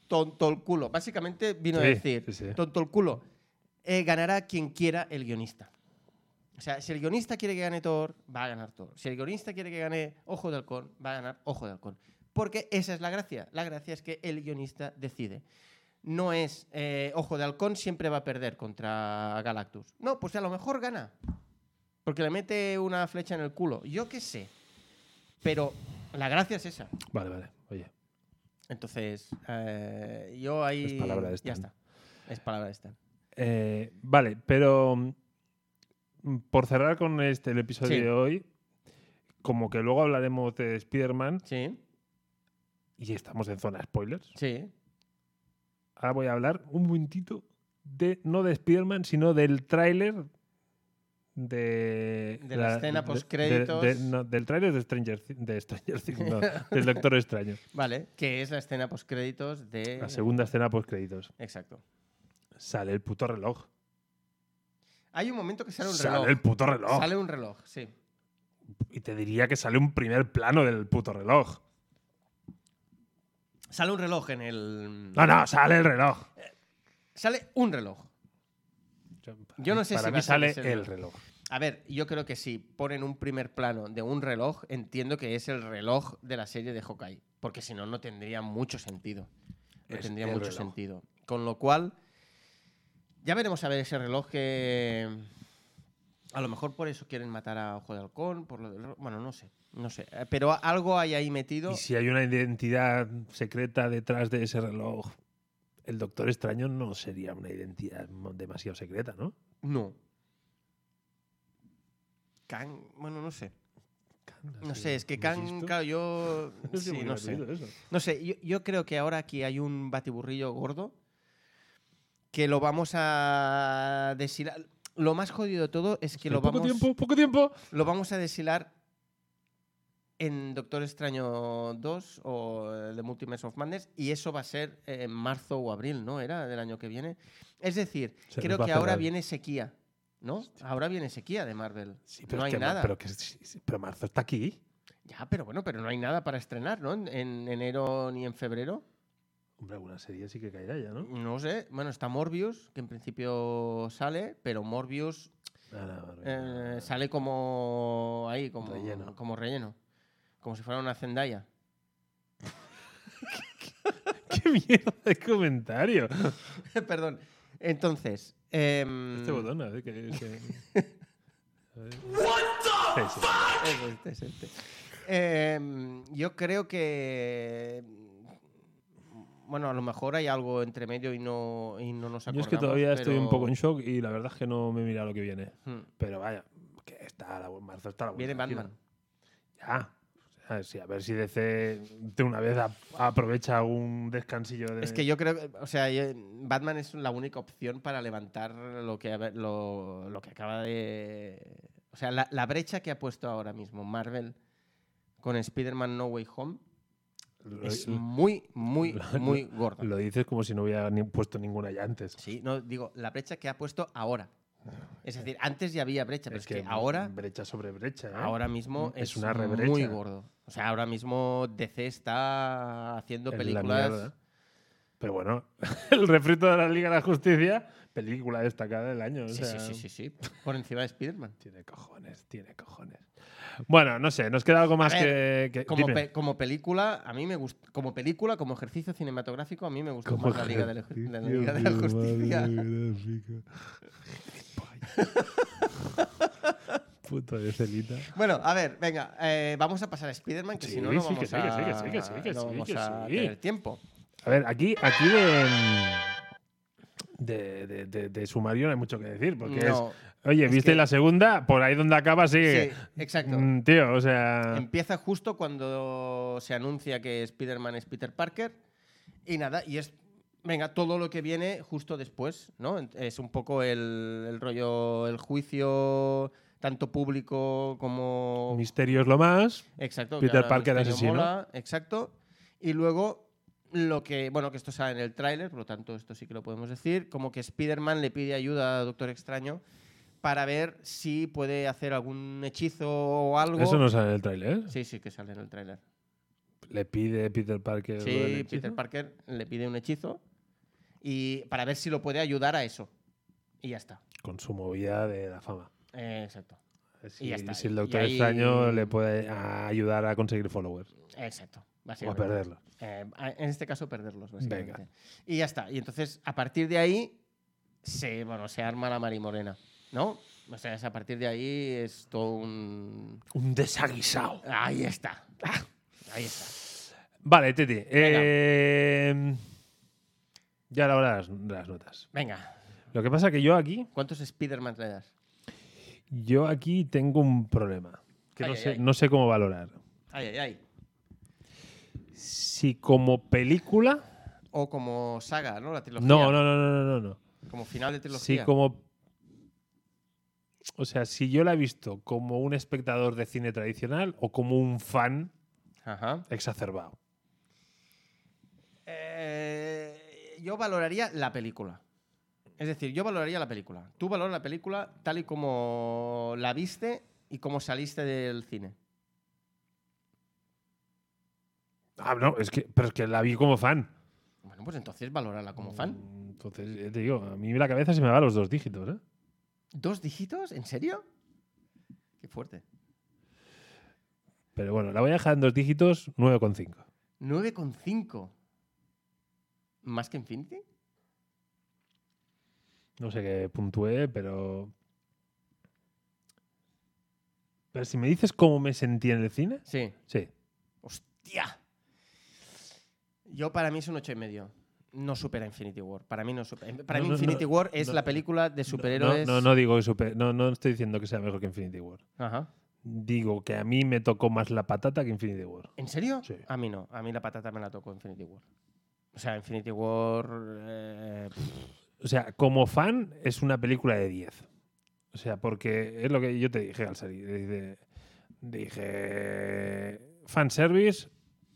[SPEAKER 2] tonto el culo. Básicamente vino a
[SPEAKER 1] Sí,
[SPEAKER 2] decir:
[SPEAKER 1] sí, sí.
[SPEAKER 2] Tonto el culo. eh, ganará quien quiera el guionista. O sea, si el guionista quiere que gane Thor, va a ganar Thor. Si el guionista quiere que gane Ojo de Halcón, va a ganar Ojo de Halcón. Porque esa es la gracia. La gracia es que el guionista decide. No es, eh, Ojo de Halcón siempre va a perder contra Galactus. No, pues a lo mejor gana. Porque le mete una flecha en el culo. Yo qué sé. Pero la gracia es esa.
[SPEAKER 1] Vale, vale. Oye,
[SPEAKER 2] Entonces, eh, yo ahí.
[SPEAKER 1] Es palabra de
[SPEAKER 2] Ya
[SPEAKER 1] Stan.
[SPEAKER 2] está. Es palabra de Stan.
[SPEAKER 1] Eh, vale, pero mm, por cerrar con este el episodio
[SPEAKER 2] Sí.
[SPEAKER 1] de hoy, como que luego hablaremos de Spider-Man
[SPEAKER 2] Sí,
[SPEAKER 1] y estamos en zona spoilers.
[SPEAKER 2] sí.
[SPEAKER 1] Ahora voy a hablar un momentito de no de Spider-Man, sino del tráiler de,
[SPEAKER 2] De la escena
[SPEAKER 1] de-
[SPEAKER 2] postcréditos.
[SPEAKER 1] de- de- no, del tráiler de Stranger Thi- de Stranger Things,
[SPEAKER 2] (laughs)
[SPEAKER 1] no, del Doctor Extraño,
[SPEAKER 2] Vale. Que es la escena post créditos de.
[SPEAKER 1] la segunda escena post créditos.
[SPEAKER 2] Exacto.
[SPEAKER 1] Sale el puto reloj.
[SPEAKER 2] Hay un momento que sale un
[SPEAKER 1] sale
[SPEAKER 2] reloj.
[SPEAKER 1] el puto reloj.
[SPEAKER 2] Sale un reloj, sí.
[SPEAKER 1] Y te diría que sale un primer plano del puto reloj.
[SPEAKER 2] Sale un reloj en el.
[SPEAKER 1] Ah, No, no, sale el reloj.
[SPEAKER 2] Sale un reloj. Yo no sé
[SPEAKER 1] para
[SPEAKER 2] si va
[SPEAKER 1] mí
[SPEAKER 2] a ser
[SPEAKER 1] sale
[SPEAKER 2] ese el
[SPEAKER 1] el
[SPEAKER 2] reloj.
[SPEAKER 1] reloj.
[SPEAKER 2] A ver, yo creo que si ponen un primer plano de un reloj, entiendo que es el reloj de la serie de Hawkeye. Porque si no, no tendría mucho sentido. No
[SPEAKER 1] Es
[SPEAKER 2] tendría
[SPEAKER 1] el
[SPEAKER 2] mucho
[SPEAKER 1] reloj.
[SPEAKER 2] sentido. Con lo cual, ya veremos a ver ese reloj que. A lo mejor por eso quieren matar a Ojo de Halcón, por lo del reloj. Bueno, no sé. No sé. Eh, Pero algo hay ahí metido.
[SPEAKER 1] Y si hay una identidad secreta detrás de ese reloj, el Doctor Extraño no sería una identidad mo- demasiado secreta, ¿no?
[SPEAKER 2] No. Kang, bueno, no sé. No sé, es que Kang, claro, yo. Sí, no sé. No sé, yo, yo creo que ahora aquí hay un batiburrillo gordo que lo vamos a deshilar. Lo más jodido de todo es que lo
[SPEAKER 1] poco
[SPEAKER 2] vamos,
[SPEAKER 1] tiempo, poco tiempo.
[SPEAKER 2] lo vamos a deshilar en Doctor Extraño 2 o eh, The Multiverse of Madness y eso va a ser eh, en marzo o abril, ¿no? Era del año que viene. Es decir,
[SPEAKER 1] Se nos
[SPEAKER 2] creo
[SPEAKER 1] va a
[SPEAKER 2] que ahora
[SPEAKER 1] cerrar.
[SPEAKER 2] viene sequía, ¿no? Ahora viene sequía de Marvel.
[SPEAKER 1] Sí, pero
[SPEAKER 2] no
[SPEAKER 1] es
[SPEAKER 2] hay
[SPEAKER 1] que ma-
[SPEAKER 2] nada.
[SPEAKER 1] Pero, que- sí, sí, pero marzo está aquí.
[SPEAKER 2] Ya, pero bueno, pero no hay nada para estrenar, ¿no? En- en enero ni en febrero.
[SPEAKER 1] Hombre, alguna serie sí que caerá ya, ¿no?
[SPEAKER 2] No sé, bueno, está Morbius, que en principio sale, pero Morbius
[SPEAKER 1] Ah, no, no,
[SPEAKER 2] eh,
[SPEAKER 1] no.
[SPEAKER 2] sale como ahí, como
[SPEAKER 1] Relleno.
[SPEAKER 2] relleno. como relleno, como si fuera una Zendaya.
[SPEAKER 1] (laughs) ¡Qué mierda de comentario!
[SPEAKER 2] Perdón. Entonces, em,
[SPEAKER 1] Este botón, a ver, que... que-
[SPEAKER 2] (laughs)
[SPEAKER 1] a ver. Sí, sí.
[SPEAKER 2] es este, es este. Em, yo creo que bueno, a lo mejor hay algo entre medio y no y no nos
[SPEAKER 1] Yo es
[SPEAKER 2] acordamos.
[SPEAKER 1] que todavía estoy un
[SPEAKER 2] pero-
[SPEAKER 1] poco en shock y la verdad es que no me mira lo que viene.
[SPEAKER 2] Hmm.
[SPEAKER 1] Pero vaya, que está la, marzo está la
[SPEAKER 2] Viene
[SPEAKER 1] vuelta de la
[SPEAKER 2] Batman.
[SPEAKER 1] esquina. Ya. O sea, sí, a ver si DC de una vez a- aprovecha un descansillo de.
[SPEAKER 2] Es que yo creo, que- o sea, yo- Batman es la única opción para levantar lo que, ha- lo, lo que acaba de... O sea, la, la brecha que ha puesto ahora mismo Marvel con Spider-Man No Way Home
[SPEAKER 1] lo,
[SPEAKER 2] es
[SPEAKER 1] lo-
[SPEAKER 2] muy, muy,
[SPEAKER 1] lo-
[SPEAKER 2] muy gorda.
[SPEAKER 1] lo dices como si no hubiera ni puesto ninguna ya antes.
[SPEAKER 2] Sí, no, digo, la brecha que ha puesto ahora. Es decir, antes ya había brecha, pero es, que,
[SPEAKER 1] bre-
[SPEAKER 2] ahora,
[SPEAKER 1] Brecha sobre brecha. ¿eh?
[SPEAKER 2] ahora mismo
[SPEAKER 1] Es
[SPEAKER 2] es,
[SPEAKER 1] una rebrecha.
[SPEAKER 2] muy gordo. O sea, ahora mismo DC está haciendo
[SPEAKER 1] En la
[SPEAKER 2] películas...
[SPEAKER 1] mierda. ¿eh? Pero bueno, (laughs) el refrito de la Liga de la Justicia, película destacada del año. o
[SPEAKER 2] Sí,
[SPEAKER 1] sea,
[SPEAKER 2] sí, sí, sí, sí, por encima de Spider-Man.
[SPEAKER 1] Tiene cojones, tiene cojones. Bueno, no sé, nos queda algo más
[SPEAKER 2] ver,
[SPEAKER 1] que. que-
[SPEAKER 2] Como,
[SPEAKER 1] dime.
[SPEAKER 2] pe- como película, a mí me gusta. Como película, como ejercicio cinematográfico, a mí me gusta más la Liga de la, de la Liga de la Justicia. (laughs)
[SPEAKER 1] Puto de celita.
[SPEAKER 2] Bueno, a ver, venga, eh, vamos a pasar a Spider-Man, que
[SPEAKER 1] Sí,
[SPEAKER 2] si no, no
[SPEAKER 1] sí, que sí, que
[SPEAKER 2] vamos
[SPEAKER 1] sí, que sí,
[SPEAKER 2] a
[SPEAKER 1] que sí, que
[SPEAKER 2] no
[SPEAKER 1] sí,
[SPEAKER 2] vamos
[SPEAKER 1] que
[SPEAKER 2] a
[SPEAKER 1] sí.
[SPEAKER 2] tener tiempo.
[SPEAKER 1] A ver, aquí, aquí de. De, de, de- de sumario no hay mucho que decir, porque
[SPEAKER 2] No,
[SPEAKER 1] es. Oye,
[SPEAKER 2] es
[SPEAKER 1] ¿viste
[SPEAKER 2] que-
[SPEAKER 1] la segunda? Por ahí donde acaba sigue.
[SPEAKER 2] sí, exacto. Em,
[SPEAKER 1] Mm, tío, o sea.
[SPEAKER 2] Empieza justo cuando se anuncia que Spider-Man es Peter Parker. Y nada, y es. Venga, todo lo que viene justo después, ¿no? Ent- Es un poco el, el rollo, el juicio, tanto público como.
[SPEAKER 1] Misterio es lo más.
[SPEAKER 2] Exacto.
[SPEAKER 1] Peter
[SPEAKER 2] ahora
[SPEAKER 1] Parker
[SPEAKER 2] Misterio
[SPEAKER 1] asesino.
[SPEAKER 2] mola, exacto. Y luego lo que, bueno, que esto sale en el tráiler, por lo tanto esto sí que lo podemos decir, como que Spider-Man le pide ayuda a Doctor Extraño para ver si puede hacer algún hechizo o algo.
[SPEAKER 1] Eso no sale en el tráiler. ¿eh?
[SPEAKER 2] Sí, sí que sale en el tráiler.
[SPEAKER 1] Le pide Peter Parker. lo del
[SPEAKER 2] Sí,
[SPEAKER 1] hechizo.
[SPEAKER 2] Peter Parker le pide un hechizo y para ver si lo puede ayudar a eso. Y ya está.
[SPEAKER 1] Con su movida de la fama.
[SPEAKER 2] Eh, exacto.
[SPEAKER 1] Si,
[SPEAKER 2] ya está.
[SPEAKER 1] si el
[SPEAKER 2] Y
[SPEAKER 1] Doctor
[SPEAKER 2] ahí-
[SPEAKER 1] Extraño le puede a- ayudar a conseguir followers
[SPEAKER 2] Exacto.
[SPEAKER 1] o a
[SPEAKER 2] básicamente.
[SPEAKER 1] perderlos.
[SPEAKER 2] Eh, a- en este caso, perderlos, básicamente.
[SPEAKER 1] Venga.
[SPEAKER 2] Y ya está. Y entonces, a partir de ahí, se, bueno, se arma la marimorena, ¿no? O sea, es a partir de ahí es todo un...
[SPEAKER 1] Un desaguisado. (laughs)
[SPEAKER 2] Ahí está. Ah, Ahí está.
[SPEAKER 1] Vale, Tete. eh, ya la hora de las- de las notas.
[SPEAKER 2] Venga.
[SPEAKER 1] Lo que pasa que yo aquí,
[SPEAKER 2] ¿Cuántos Spider-Man le das?
[SPEAKER 1] yo aquí tengo un problema que no,
[SPEAKER 2] Ay, ay,
[SPEAKER 1] sé,
[SPEAKER 2] ay.
[SPEAKER 1] no sé cómo valorar.
[SPEAKER 2] Ay, ay, ay.
[SPEAKER 1] Si como película,
[SPEAKER 2] O como saga, ¿no? La trilogía.
[SPEAKER 1] no, no, no, no, no, no, no.
[SPEAKER 2] Como final de
[SPEAKER 1] Si
[SPEAKER 2] trilogía.
[SPEAKER 1] como, o sea, si yo la he visto como un espectador de cine tradicional o como un fan
[SPEAKER 2] Ajá.
[SPEAKER 1] exacerbado.
[SPEAKER 2] Eh, yo valoraría la película. Es decir, yo valoraría la película. Tú valoras la película tal y como la viste y como saliste del cine.
[SPEAKER 1] Ah, no, es que, pero es que la vi como fan.
[SPEAKER 2] Bueno, pues entonces valorarla como fan.
[SPEAKER 1] Mm, Entonces, ya te digo, a mí la cabeza se me va a los dos dígitos, ¿eh?
[SPEAKER 2] ¿Dos dígitos? ¿En serio? Qué fuerte.
[SPEAKER 1] Pero bueno, la voy a dejar en dos dígitos, 9,5.
[SPEAKER 2] 9,5. ¿Más que Infinity?
[SPEAKER 1] No sé qué puntué, pero. Pero si me dices cómo me sentí en el cine,
[SPEAKER 2] Sí.
[SPEAKER 1] sí.
[SPEAKER 2] ¡Hostia! Yo para mí es un 8,5. No supera Infinity War. Para mí no supera. Para
[SPEAKER 1] No,
[SPEAKER 2] mí
[SPEAKER 1] no,
[SPEAKER 2] Infinity
[SPEAKER 1] no,
[SPEAKER 2] War es
[SPEAKER 1] no,
[SPEAKER 2] la película de
[SPEAKER 1] no,
[SPEAKER 2] superhéroes.
[SPEAKER 1] no, no digo que super- no, no estoy diciendo que sea mejor que Infinity War.
[SPEAKER 2] Ajá.
[SPEAKER 1] Digo que a mí me tocó más la patata que Infinity War.
[SPEAKER 2] ¿En serio?
[SPEAKER 1] Sí.
[SPEAKER 2] A mí no. A mí la patata me la tocó Infinity War. O sea, Infinity War. eh, pff,
[SPEAKER 1] O sea, como fan, es una película de 10. O sea, porque es lo que yo te dije al salir. Dije, dije fanservice,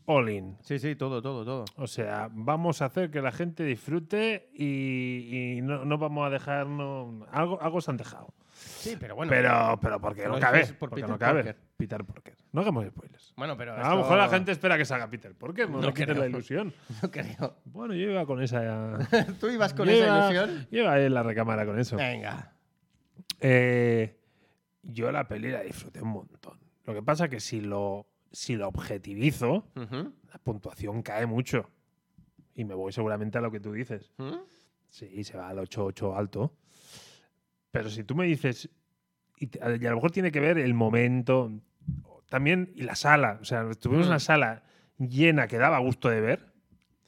[SPEAKER 1] all in.
[SPEAKER 2] sí, sí, todo, todo, todo.
[SPEAKER 1] O sea, vamos a hacer que la gente disfrute y, y no, no vamos a dejar no- algo, algo se han dejado.
[SPEAKER 2] Sí, pero bueno.
[SPEAKER 1] Pero, pero porque
[SPEAKER 2] Pero
[SPEAKER 1] no
[SPEAKER 2] es
[SPEAKER 1] cabe.
[SPEAKER 2] por
[SPEAKER 1] porque
[SPEAKER 2] Peter
[SPEAKER 1] no cabe.
[SPEAKER 2] Parker.
[SPEAKER 1] Peter Parker. No hagamos spoilers.
[SPEAKER 2] Bueno, pero.
[SPEAKER 1] a
[SPEAKER 2] esto-
[SPEAKER 1] lo mejor la gente espera que salga Peter Parker. No,
[SPEAKER 2] No
[SPEAKER 1] le quiten la
[SPEAKER 2] creo.
[SPEAKER 1] ilusión.
[SPEAKER 2] (laughs) No creo.
[SPEAKER 1] Bueno, yo iba con esa.
[SPEAKER 2] ¿Tú ibas (laughs) con
[SPEAKER 1] yo
[SPEAKER 2] esa
[SPEAKER 1] iba-
[SPEAKER 2] ilusión?
[SPEAKER 1] yo iba ahí en la recámara con eso.
[SPEAKER 2] Venga.
[SPEAKER 1] Eh, yo la peli la disfruté un montón. Lo que pasa que si lo, si lo objetivizo,
[SPEAKER 2] Ujú,
[SPEAKER 1] la puntuación cae mucho. Y me voy seguramente a lo que tú dices.
[SPEAKER 2] ujú.
[SPEAKER 1] Sí, se va al 8-8 alto. Pero si tú me dices, y, te- y a lo mejor tiene que ver el momento, también y la sala. O sea, tuvimos
[SPEAKER 2] Mm.
[SPEAKER 1] una sala llena que daba gusto de ver,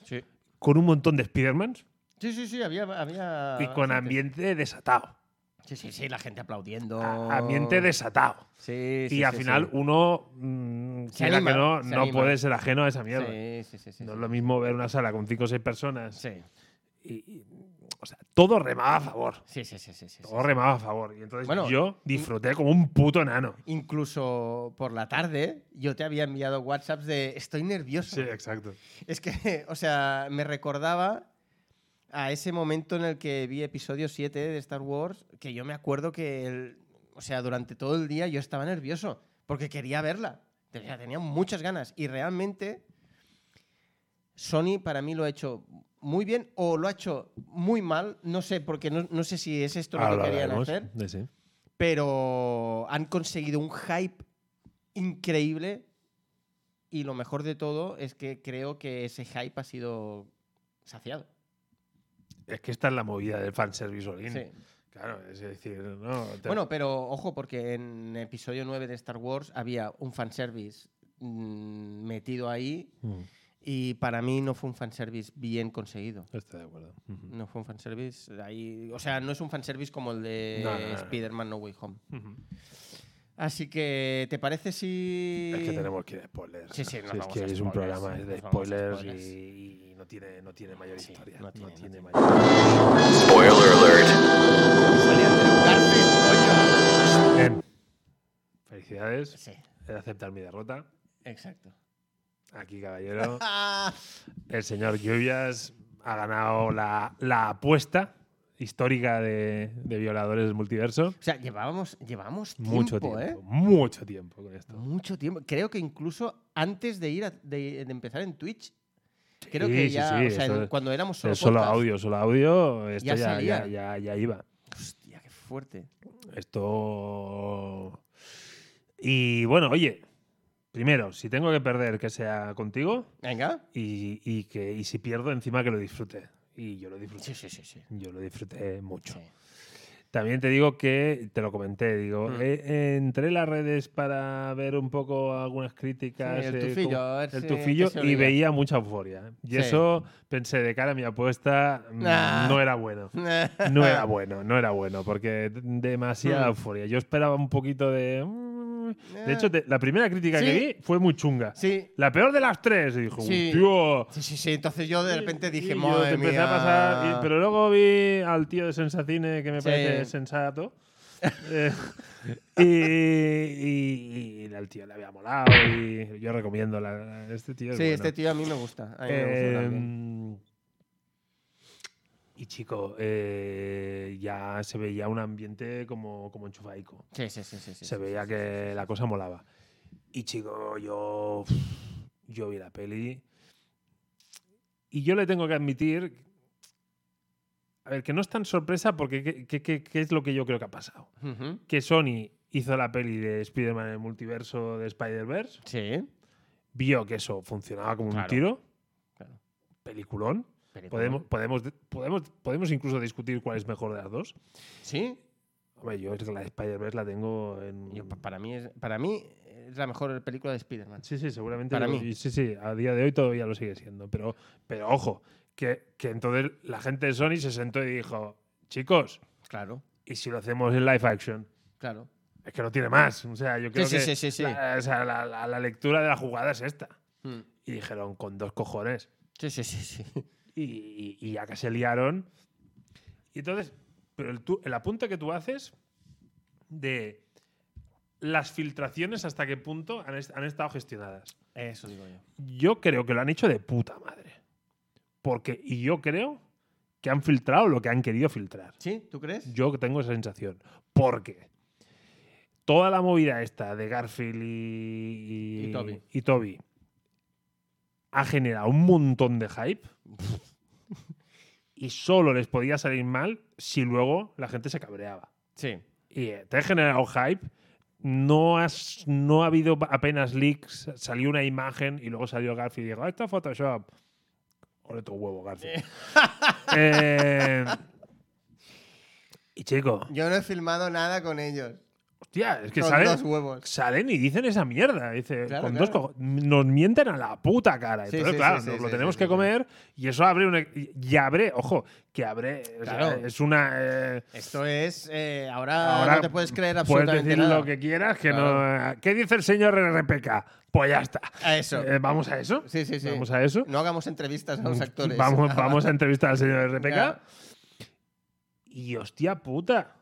[SPEAKER 2] Sí.
[SPEAKER 1] con un montón de Spidermans
[SPEAKER 2] Sí, sí, sí, había. había
[SPEAKER 1] y con
[SPEAKER 2] gente.
[SPEAKER 1] ambiente desatado.
[SPEAKER 2] Sí, sí, sí, la gente aplaudiendo.
[SPEAKER 1] A- Ambiente desatado.
[SPEAKER 2] Oh. Sí,
[SPEAKER 1] y al final uno, mm,
[SPEAKER 2] Se
[SPEAKER 1] quiera
[SPEAKER 2] anima,
[SPEAKER 1] que no,
[SPEAKER 2] se
[SPEAKER 1] no
[SPEAKER 2] anima.
[SPEAKER 1] puede ser ajeno a esa uh, mierda.
[SPEAKER 2] Sí, sí, sí. sí,
[SPEAKER 1] no
[SPEAKER 2] sí.
[SPEAKER 1] es lo mismo ver una sala con 5 o 6 personas.
[SPEAKER 2] Sí,
[SPEAKER 1] Y, y, o sea, todo remaba a favor.
[SPEAKER 2] sí, sí, sí, sí, sí, sí.
[SPEAKER 1] Todo remaba a favor. Y entonces
[SPEAKER 2] Bueno,
[SPEAKER 1] yo disfruté como un puto enano.
[SPEAKER 2] Incluso por la tarde yo te había enviado WhatsApps de estoy nervioso.
[SPEAKER 1] (laughs) exacto.
[SPEAKER 2] Es que, (laughs) o sea, me recordaba a ese momento en el que vi episodio 7 de Star Wars, que yo me acuerdo que, el- o sea, durante todo el día yo estaba nervioso, porque quería verla. Tenía, tenía muchas ganas. Y realmente, Sony para mí lo ha hecho muy bien o lo ha hecho muy mal. No sé, porque no, no sé si es esto lo que querían hacer pero han conseguido un hype increíble y lo mejor de todo es que creo que ese hype ha sido saciado.
[SPEAKER 1] Es que esta es la movida del fanservice all in.
[SPEAKER 2] Sí.
[SPEAKER 1] Claro, es decir, no. te-
[SPEAKER 2] Bueno, pero ojo, porque en episodio 9 de Star Wars había un fanservice mm, metido ahí
[SPEAKER 1] Mm,
[SPEAKER 2] y para mí no fue un fanservice bien conseguido.
[SPEAKER 1] estoy de acuerdo. Ujú.
[SPEAKER 2] No fue un fanservice ahí. O sea, no es un fanservice como el de
[SPEAKER 1] No, no, no, no.
[SPEAKER 2] Spider-Man No Way Home.
[SPEAKER 1] Ujú.
[SPEAKER 2] Así que, ¿te parece si.?
[SPEAKER 1] Es que tenemos que ir a spoilers.
[SPEAKER 2] Sí, sí,
[SPEAKER 1] Si
[SPEAKER 2] nos
[SPEAKER 1] es
[SPEAKER 2] vamos
[SPEAKER 1] que
[SPEAKER 2] a
[SPEAKER 1] es un
[SPEAKER 2] spoilers,
[SPEAKER 1] programa
[SPEAKER 2] nos
[SPEAKER 1] de
[SPEAKER 2] vamos a
[SPEAKER 1] spoilers,
[SPEAKER 2] spoilers.
[SPEAKER 1] y, y no, tiene, no tiene mayor
[SPEAKER 2] Sí,
[SPEAKER 1] historia.
[SPEAKER 2] no tiene, no tiene.
[SPEAKER 1] mayor-
[SPEAKER 3] Spoiler alert.
[SPEAKER 1] Bien. Felicidades.
[SPEAKER 2] Sí,
[SPEAKER 1] He de aceptar mi derrota.
[SPEAKER 2] exacto.
[SPEAKER 1] Aquí, caballero.
[SPEAKER 2] Ah,
[SPEAKER 1] El señor Lluvias ha ganado la, la apuesta histórica de, de violadores del multiverso.
[SPEAKER 2] O sea, llevábamos, llevábamos tiempo,
[SPEAKER 1] Mucho tiempo,
[SPEAKER 2] ¿eh?
[SPEAKER 1] mucho tiempo con esto.
[SPEAKER 2] Mucho tiempo. Creo que incluso antes de ir a- de, de empezar en Twitch, creo
[SPEAKER 1] Sí,
[SPEAKER 2] que
[SPEAKER 1] sí,
[SPEAKER 2] ya,
[SPEAKER 1] sí,
[SPEAKER 2] o sea,
[SPEAKER 1] eso
[SPEAKER 2] en-
[SPEAKER 1] es-
[SPEAKER 2] cuando éramos solo,
[SPEAKER 1] Solo, solo
[SPEAKER 2] podcast.
[SPEAKER 1] audio, solo audio, esto
[SPEAKER 2] Ya
[SPEAKER 1] ya, ya,
[SPEAKER 2] salía.
[SPEAKER 1] ya- ya iba.
[SPEAKER 2] Hostia, qué fuerte. fuerte.
[SPEAKER 1] Esto. Y bueno, oye, primero, si tengo que perder, que sea contigo.
[SPEAKER 2] Venga.
[SPEAKER 1] Y, y que, y si pierdo, encima que lo disfrute. Y yo lo disfruté.
[SPEAKER 2] Sí, sí, sí, sí.
[SPEAKER 1] Yo lo disfruté mucho.
[SPEAKER 2] Sí.
[SPEAKER 1] También te digo que, te lo comenté, digo,
[SPEAKER 2] Mm.
[SPEAKER 1] eh, entré en las redes para ver un poco algunas críticas,
[SPEAKER 2] Sí, el
[SPEAKER 1] eh,
[SPEAKER 2] tufillo,
[SPEAKER 1] cómo-
[SPEAKER 2] a ver
[SPEAKER 1] el
[SPEAKER 2] si-
[SPEAKER 1] tufillo,
[SPEAKER 2] qué se
[SPEAKER 1] y
[SPEAKER 2] olía.
[SPEAKER 1] veía mucha euforia. Y
[SPEAKER 2] Sí.
[SPEAKER 1] eso pensé de cara a mi apuesta, mm,
[SPEAKER 2] Ah.
[SPEAKER 1] no era bueno. No
[SPEAKER 2] (laughs)
[SPEAKER 1] era bueno, no era bueno, porque demasiada
[SPEAKER 2] Mm.
[SPEAKER 1] euforia. Yo esperaba un poquito de... mm. De
[SPEAKER 2] Eh.
[SPEAKER 1] hecho, te- la primera crítica que
[SPEAKER 2] Sí.
[SPEAKER 1] vi fue muy chunga.
[SPEAKER 2] Sí.
[SPEAKER 1] La peor de las tres, y dijo,
[SPEAKER 2] Sí.
[SPEAKER 1] tío,
[SPEAKER 2] Sí, sí, sí. Entonces yo de repente
[SPEAKER 1] y
[SPEAKER 2] dije,
[SPEAKER 1] yo
[SPEAKER 2] madre
[SPEAKER 1] te empecé
[SPEAKER 2] mía".
[SPEAKER 1] a pasar, y- pero luego vi al tío de Sensacine que me
[SPEAKER 2] Sí.
[SPEAKER 1] parece
[SPEAKER 2] (laughs)
[SPEAKER 1] sensato. eh, y, y- y al tío le había molado. Y yo recomiendo la- la- este tío.
[SPEAKER 2] Sí,
[SPEAKER 1] es bueno.
[SPEAKER 2] este tío a mí me gusta. A mí me gusta también.
[SPEAKER 1] Eh, y chico, eh, ya se veía un ambiente como, como enchufaico
[SPEAKER 2] Sí, sí, sí, sí, sí,
[SPEAKER 1] se
[SPEAKER 2] sí,
[SPEAKER 1] veía
[SPEAKER 2] sí, sí,
[SPEAKER 1] que la cosa molaba. Y chico, yo, yo vi la peli y yo le tengo que admitir, a ver, que no es tan sorpresa porque ¿qué, qué- qué- qué es lo que yo creo que ha pasado?
[SPEAKER 2] sí. Ujú.
[SPEAKER 1] Que Sony hizo la peli de Spider-Man en el multiverso de Spider-Verse,
[SPEAKER 2] Sí.
[SPEAKER 1] vio que eso funcionaba como un
[SPEAKER 2] Claro.
[SPEAKER 1] tiro,
[SPEAKER 2] Claro.
[SPEAKER 1] peliculón.
[SPEAKER 2] Película.
[SPEAKER 1] Podemos, podemos, podemos, podemos incluso discutir cuál es mejor de las dos.
[SPEAKER 2] Sí.
[SPEAKER 1] Hombre, yo es que la de Spider-Verse la tengo en...
[SPEAKER 2] Yo, pa- para, mí es, para mí es la mejor película de Spider-Man.
[SPEAKER 1] Sí, sí, seguramente.
[SPEAKER 2] Para
[SPEAKER 1] lo-
[SPEAKER 2] mí.
[SPEAKER 1] y Sí, sí, a día de hoy todavía lo sigue siendo. Pero, pero ojo, que, que entonces la gente de Sony se sentó y dijo, chicos,
[SPEAKER 2] Claro,
[SPEAKER 1] ¿y si lo hacemos en live action?
[SPEAKER 2] claro.
[SPEAKER 1] Es que no tiene más. O sea, yo creo
[SPEAKER 2] sí,
[SPEAKER 1] que
[SPEAKER 2] sí, sí, sí.
[SPEAKER 1] La, o sea, la- la- la lectura de la jugada es esta.
[SPEAKER 2] Mm.
[SPEAKER 1] Y dijeron, con dos cojones.
[SPEAKER 2] Sí, sí, sí, sí.
[SPEAKER 1] Y, y- y ya que se liaron. Y entonces, pero el, tú- el apunte que tú haces de las filtraciones hasta qué punto han est- han estado gestionadas.
[SPEAKER 2] Eso digo yo.
[SPEAKER 1] Yo creo que lo han hecho de puta madre. Porque, y yo creo que han filtrado lo que han querido filtrar.
[SPEAKER 2] ¿Sí? ¿Tú crees?
[SPEAKER 1] Yo tengo esa sensación. Porque toda la movida esta de Garfield y,
[SPEAKER 2] Y Toby.
[SPEAKER 1] y Toby ha generado un montón de hype. y solo les podía salir mal si luego la gente se cabreaba.
[SPEAKER 2] Sí.
[SPEAKER 1] Y eh, te ha generado hype. No, has, no ha habido apenas leaks. Salió una imagen y luego salió Garfield y dijo: "Ah, Esto es Photoshop. Ole tu huevo, Garfield. (laughs) Eh, y chico,
[SPEAKER 2] Yo no he filmado nada con ellos.
[SPEAKER 1] hostia, es que
[SPEAKER 2] con
[SPEAKER 1] salen,
[SPEAKER 2] dos huevos.
[SPEAKER 1] salen y dicen esa mierda. Dice,
[SPEAKER 2] Claro,
[SPEAKER 1] con
[SPEAKER 2] claro.
[SPEAKER 1] dos cojo- nos mienten a la puta cara.
[SPEAKER 2] Sí,
[SPEAKER 1] Entonces,
[SPEAKER 2] sí,
[SPEAKER 1] claro,
[SPEAKER 2] sí, sí,
[SPEAKER 1] nos lo
[SPEAKER 2] sí,
[SPEAKER 1] tenemos
[SPEAKER 2] sí,
[SPEAKER 1] que
[SPEAKER 2] sí.
[SPEAKER 1] comer y eso abre una. Y y abre, ojo, que abre. o sea,
[SPEAKER 2] Claro.
[SPEAKER 1] es una. eh,
[SPEAKER 2] Esto es. eh, ahora,
[SPEAKER 1] Ahora
[SPEAKER 2] no te puedes creer
[SPEAKER 1] Puedes
[SPEAKER 2] absolutamente
[SPEAKER 1] decir
[SPEAKER 2] nada.
[SPEAKER 1] lo que quieras, que no.
[SPEAKER 2] Claro.
[SPEAKER 1] ¿Qué dice el señor RPK? Pues ya está.
[SPEAKER 2] A eso.
[SPEAKER 1] Eh, vamos a eso.
[SPEAKER 2] Sí, sí, sí.
[SPEAKER 1] Vamos a eso. Mm,
[SPEAKER 2] No hagamos entrevistas a los actores. (laughs)
[SPEAKER 1] Vamos, vamos a entrevistar al señor RPK.
[SPEAKER 2] Ya.
[SPEAKER 1] Y hostia puta.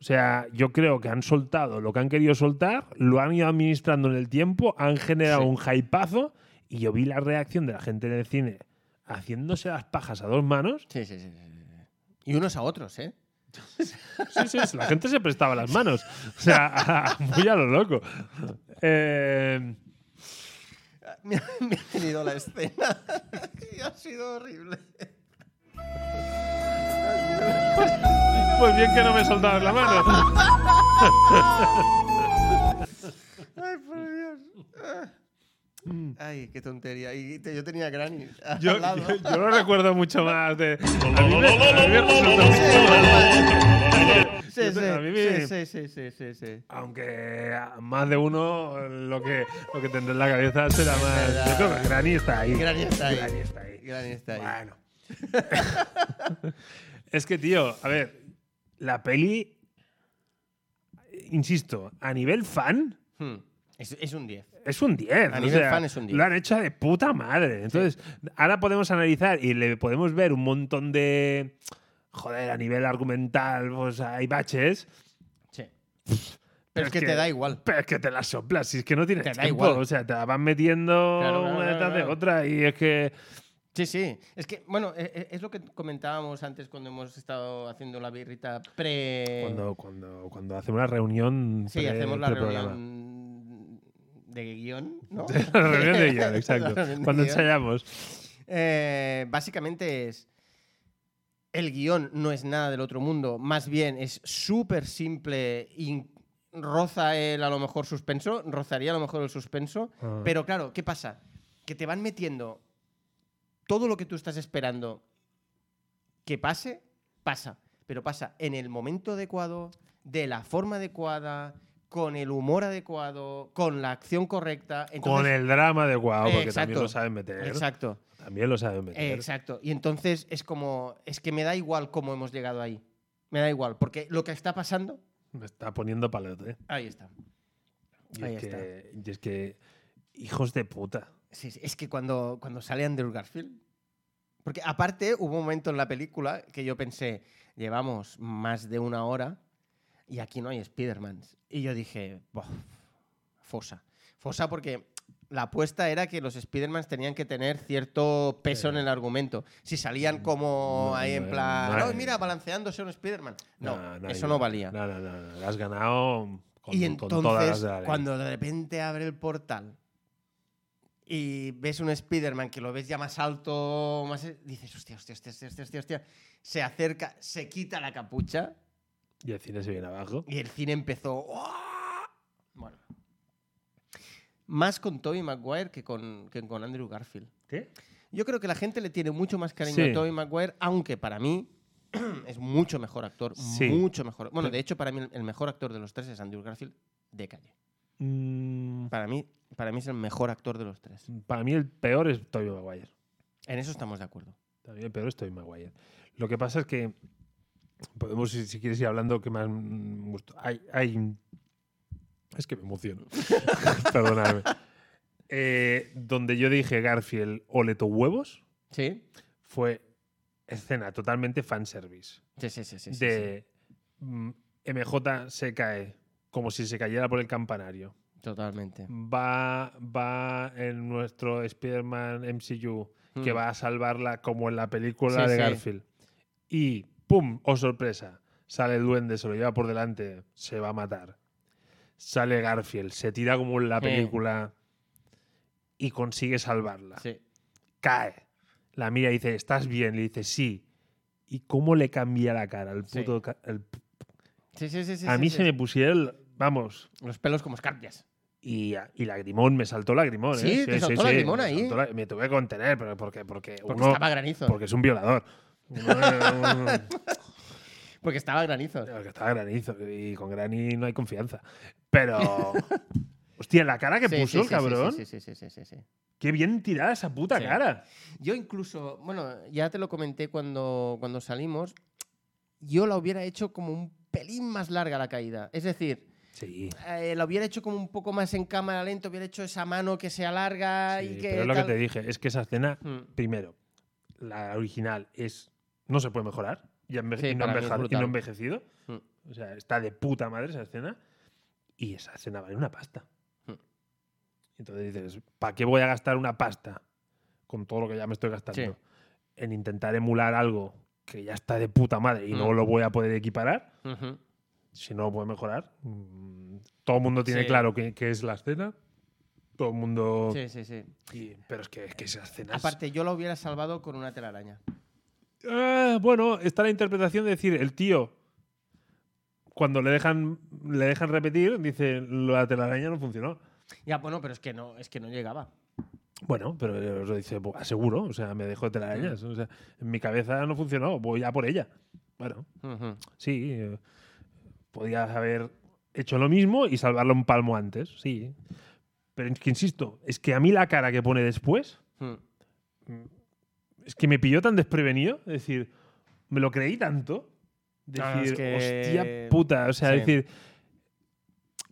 [SPEAKER 1] O sea, yo creo que han soltado lo que han querido soltar, lo han ido administrando en el tiempo, han generado
[SPEAKER 2] Sí.
[SPEAKER 1] un hypeazo. Y yo vi la reacción de la gente del cine haciéndose las pajas a dos manos.
[SPEAKER 2] (laughs) Sí, sí, sí, sí, sí. Y unos a otros, ¿eh? (laughs)
[SPEAKER 1] Sí, sí, sí, la gente se prestaba las manos. O sea, (laughs) muy a lo loco. Eh,
[SPEAKER 2] Me ha, me ha tenido la escena. (laughs) y ha sido horrible.
[SPEAKER 1] pues bien que no me soltabas la mano.
[SPEAKER 2] (laughs) Ay, por Dios. Ah. Ay, qué tontería. Y te- yo tenía Granny al
[SPEAKER 1] Yo,
[SPEAKER 2] lado.
[SPEAKER 1] yo- yo lo recuerdo mucho más de. a mí me- a mí me resulta mucho-
[SPEAKER 2] Sí,
[SPEAKER 1] yo te- a mí me-
[SPEAKER 2] sí, sí, sí, sí, sí, sí.
[SPEAKER 1] Aunque a más de uno lo que, lo que tendrá en la cabeza será
[SPEAKER 2] verdad.
[SPEAKER 1] más. Yo creo que Granny está ahí.
[SPEAKER 2] Granny está ahí.
[SPEAKER 1] Granny está ahí.
[SPEAKER 2] Granny está ahí.
[SPEAKER 1] Bueno. (laughs) es que, tío, a ver, la peli, insisto, a nivel fan
[SPEAKER 2] Hmm. Es, es un 10.
[SPEAKER 1] es un 10.
[SPEAKER 2] A
[SPEAKER 1] o
[SPEAKER 2] nivel
[SPEAKER 1] sea,
[SPEAKER 2] fan es un 10.
[SPEAKER 1] Lo han hecho de puta madre. Entonces, ahora podemos analizar y le podemos ver un montón de... Joder, a nivel argumental, pues hay baches.
[SPEAKER 2] Sí.
[SPEAKER 1] Pero
[SPEAKER 2] Pero
[SPEAKER 1] es
[SPEAKER 2] es que,
[SPEAKER 1] que-
[SPEAKER 2] te da igual.
[SPEAKER 1] Pero es que te las soplas, si es que no tienes
[SPEAKER 2] Te da
[SPEAKER 1] tiempo.
[SPEAKER 2] igual.
[SPEAKER 1] O sea, te la van metiendo
[SPEAKER 2] Claro, claro,
[SPEAKER 1] una
[SPEAKER 2] claro,
[SPEAKER 1] detrás de
[SPEAKER 2] claro.
[SPEAKER 1] otra y es que...
[SPEAKER 2] Sí, sí. Es que, bueno, e- e- es, lo que comentábamos antes cuando hemos estado haciendo la birrita pre.
[SPEAKER 1] Cuando, cuando, cuando hacemos la reunión...
[SPEAKER 2] Eh. sí,
[SPEAKER 1] pre-
[SPEAKER 2] hacemos la
[SPEAKER 1] pre-programa.
[SPEAKER 2] reunión de guión, ¿no?
[SPEAKER 1] (laughs) La reunión de guión,
[SPEAKER 2] (laughs) La
[SPEAKER 1] exacto.
[SPEAKER 2] reunión de
[SPEAKER 1] Cuando
[SPEAKER 2] guión.
[SPEAKER 1] ensayamos.
[SPEAKER 2] Eh, básicamente es. El guión no es nada del otro mundo, más bien es súper simple, in- roza el a lo mejor suspenso, rozaría a lo mejor el suspenso,
[SPEAKER 1] Ah.
[SPEAKER 2] pero claro, ¿qué pasa? Que te van metiendo todo lo que tú estás esperando que pase, pasa, pero pasa en el momento adecuado, de la forma adecuada, con el humor adecuado, con la acción correcta.
[SPEAKER 1] Con
[SPEAKER 2] Entonces-
[SPEAKER 1] el drama de guau, porque también
[SPEAKER 2] Exacto.
[SPEAKER 1] lo saben meter.
[SPEAKER 2] Exacto.
[SPEAKER 1] También lo saben
[SPEAKER 2] Eh,
[SPEAKER 1] meter.
[SPEAKER 2] Exacto. Y entonces es como, es que me da igual cómo hemos llegado ahí. Me da igual, porque lo que está pasando,
[SPEAKER 1] Me está poniendo palote.
[SPEAKER 2] ahí está.
[SPEAKER 1] Y
[SPEAKER 2] Ahí
[SPEAKER 1] es,
[SPEAKER 2] está.
[SPEAKER 1] que, y es que, hijos de puta.
[SPEAKER 2] Sí, sí, es que cuando, cuando sale Andrew Garfield. Porque aparte hubo un momento en la película que yo pensé, llevamos más de una hora y aquí no hay Spider-Man. Y yo dije, "Buah, fosa. Fosa porque la apuesta era que los Spider-Man tenían que tener cierto peso en el argumento. Si salían como
[SPEAKER 1] Mm. No,
[SPEAKER 2] ahí en
[SPEAKER 1] no,
[SPEAKER 2] plan,
[SPEAKER 1] no
[SPEAKER 2] "Ay,
[SPEAKER 1] hay-
[SPEAKER 2] mira, balanceándose un Spider-Man. No,
[SPEAKER 1] no,
[SPEAKER 2] eso no
[SPEAKER 1] yo-
[SPEAKER 2] valía.
[SPEAKER 1] No, no, no, no, Has ganado con,
[SPEAKER 2] Y
[SPEAKER 1] con todas las
[SPEAKER 2] entonces,
[SPEAKER 1] de la ley.
[SPEAKER 2] cuando de repente abre el portal y ves un Spider-Man que lo ves ya más alto, más... dices, hostia, hostia, hostia, hostia, hostia, hostia, hostia". Se acerca, se quita la capucha
[SPEAKER 1] Y el cine se viene abajo.
[SPEAKER 2] y el cine empezó... "¡Uah!". Bueno. Más con Tobey Maguire que con, que con Andrew Garfield.
[SPEAKER 1] ¿Qué?
[SPEAKER 2] Yo creo que la gente le tiene mucho más cariño
[SPEAKER 1] Sí.
[SPEAKER 2] a Tobey Maguire, aunque para mí (clears throat) es mucho mejor actor,
[SPEAKER 1] Sí.
[SPEAKER 2] mucho mejor. Bueno,
[SPEAKER 1] Pe-
[SPEAKER 2] de hecho, para mí el- el mejor actor de los tres es Andrew Garfield de calle. Para mí, para mí es el mejor actor de los tres.
[SPEAKER 1] Mm, para mí el peor es Tobey Maguire.
[SPEAKER 2] En eso estamos de acuerdo.
[SPEAKER 1] También el peor es Tobey Maguire. Lo que pasa es que podemos, si, si quieres ir hablando, que más mm, gusto. Hay, hay- Es que me emociono. (laughs) Perdonadme. Eh, donde yo dije Garfield, ole tus huevos,
[SPEAKER 2] ¿Sí?
[SPEAKER 1] fue escena totalmente fanservice.
[SPEAKER 2] Sí, sí, sí. sí, sí,
[SPEAKER 1] de mm, MJ se cae como si se cayera por el campanario.
[SPEAKER 2] sí. Totalmente.
[SPEAKER 1] Va, va en nuestro Spider-Man MCU que
[SPEAKER 2] Mm.
[SPEAKER 1] va a salvarla como en la película
[SPEAKER 2] Sí,
[SPEAKER 1] de
[SPEAKER 2] sí.
[SPEAKER 1] Garfield. Y ¡pum! ¡Oh sorpresa! Sale el duende, se lo lleva por delante, se va a matar. Sale Garfield, se tira como en la
[SPEAKER 2] Sí.
[SPEAKER 1] película y consigue salvarla
[SPEAKER 2] Sí.
[SPEAKER 1] cae. La mira y dice, ¿estás bien? Le dice, sí. ¿Y cómo le cambia la cara? al
[SPEAKER 2] Sí.
[SPEAKER 1] puto ca- el p-
[SPEAKER 2] Sí, sí, sí, sí,
[SPEAKER 1] a
[SPEAKER 2] sí,
[SPEAKER 1] mí
[SPEAKER 2] sí.
[SPEAKER 1] se me pusiera el... Vamos.
[SPEAKER 2] Los pelos como escarpias.
[SPEAKER 1] Y, y lagrimón, me saltó lagrimón. ¿eh?
[SPEAKER 2] Sí, te saltó lagrimón
[SPEAKER 1] me
[SPEAKER 2] ahí.
[SPEAKER 1] saltó la- me tuve que contener, pero porque, porque,
[SPEAKER 2] Porque
[SPEAKER 1] uno-
[SPEAKER 2] estaba granizo.
[SPEAKER 1] porque es un violador. Uno-
[SPEAKER 2] (laughs)
[SPEAKER 1] uno-
[SPEAKER 2] Porque estaba granizo.
[SPEAKER 1] porque estaba granizo. Y con Granny no hay confianza.
[SPEAKER 2] (laughs)
[SPEAKER 1] Pero... Hostia, la cara que
[SPEAKER 2] Sí,
[SPEAKER 1] puso
[SPEAKER 2] sí,
[SPEAKER 1] el
[SPEAKER 2] sí, sí,
[SPEAKER 1] cabrón.
[SPEAKER 2] Sí, sí, sí, sí, sí, sí.
[SPEAKER 1] Qué bien tirada esa puta
[SPEAKER 2] Sí.
[SPEAKER 1] cara.
[SPEAKER 2] Yo incluso, bueno, ya te lo comenté cuando, cuando salimos, yo la hubiera hecho como un pelín más larga la caída. Es decir,
[SPEAKER 1] Sí.
[SPEAKER 2] eh, la hubiera hecho como un poco más en cámara lenta, hubiera hecho esa mano que se alarga y
[SPEAKER 1] Sí,
[SPEAKER 2] que...
[SPEAKER 1] pero es lo que
[SPEAKER 2] tal.
[SPEAKER 1] te dije, es que esa escena
[SPEAKER 2] Mm.
[SPEAKER 1] primero, la original es no se puede mejorar y, ha enveje-
[SPEAKER 2] Sí,
[SPEAKER 1] y no, ha
[SPEAKER 2] para mí es
[SPEAKER 1] enveja- y no
[SPEAKER 2] brutal.
[SPEAKER 1] ha envejecido.
[SPEAKER 2] Mm.
[SPEAKER 1] O sea, está de puta madre esa escena y esa escena vale una pasta.
[SPEAKER 2] Mm.
[SPEAKER 1] Entonces dices, ¿para qué voy a gastar una pasta con todo lo que ya me estoy gastando
[SPEAKER 2] Sí.
[SPEAKER 1] en intentar emular algo que ya está de puta madre y no
[SPEAKER 2] Mm.
[SPEAKER 1] lo voy a poder equiparar?
[SPEAKER 2] Ujú.
[SPEAKER 1] Si no lo puedo mejorar, mm, todo el mundo tiene
[SPEAKER 2] Sí.
[SPEAKER 1] claro que, que es la escena. Todo el mundo.
[SPEAKER 2] Sí, sí, sí.
[SPEAKER 1] y- pero es que, es que esa escena es-
[SPEAKER 2] Aparte, yo la hubiera salvado con una telaraña.
[SPEAKER 1] Ah, bueno, está la interpretación de decir, el tío, cuando le dejan, le dejan repetir, dice, la telaraña no funcionó.
[SPEAKER 2] Ya, bueno, pero es que no, es que no llegaba.
[SPEAKER 1] Bueno, pero eh, lo dice, "Bu- aseguro, o sea, me dejó telarañas. O sea, en mi cabeza no funcionó, voy a por ella. Bueno, sí, eh, podías haber hecho lo mismo y salvarlo un palmo antes, sí. Pero es que insisto, es que a mí la cara que pone después,
[SPEAKER 2] Mm.
[SPEAKER 1] es que me pilló tan desprevenido, es decir, me lo creí tanto.
[SPEAKER 2] No, no, es
[SPEAKER 1] Decir,
[SPEAKER 2] que-
[SPEAKER 1] hostia puta, o sea,
[SPEAKER 2] Sí.
[SPEAKER 1] decir.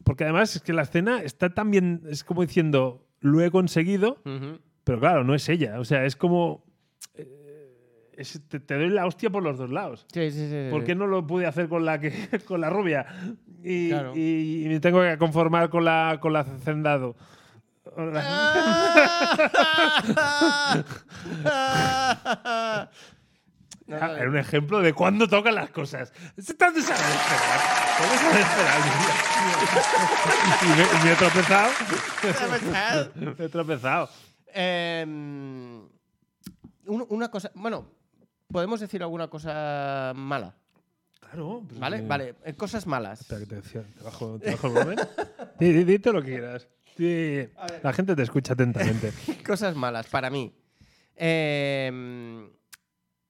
[SPEAKER 1] Porque además es que la escena está tan bien, es como diciendo, lo he conseguido,
[SPEAKER 2] Ujú.
[SPEAKER 1] pero claro, no es ella, o sea, es como. eh, es- te, te doy la hostia por los dos lados.
[SPEAKER 2] Sí, sí, sí.
[SPEAKER 1] ¿Por qué (laughs) no lo pude hacer con la, que, (laughs) con la rubia? Y,
[SPEAKER 2] Claro.
[SPEAKER 1] y- y me tengo que conformar con la, con la hacendado. Con
[SPEAKER 2] Ah,
[SPEAKER 1] la-
[SPEAKER 2] No,
[SPEAKER 1] Ah,
[SPEAKER 2] no,
[SPEAKER 1] Era un ejemplo de cuándo tocan las cosas. Se están desesperando. ¿Cómo se desesperan? Y me, me he tropezado. (laughs) Me he tropezado.
[SPEAKER 2] Em, un- una cosa, bueno, podemos decir alguna cosa mala,
[SPEAKER 1] Claro. pues-
[SPEAKER 2] ¿vale? Vale, eh, cosas malas.
[SPEAKER 1] Espera, que te, decía, te bajo, te bajo el volumen. Di- di- Dite lo que quieras. Di- La gente te escucha
[SPEAKER 2] (laughs)
[SPEAKER 1] atentamente.
[SPEAKER 2] Cosas malas para mí. Eh,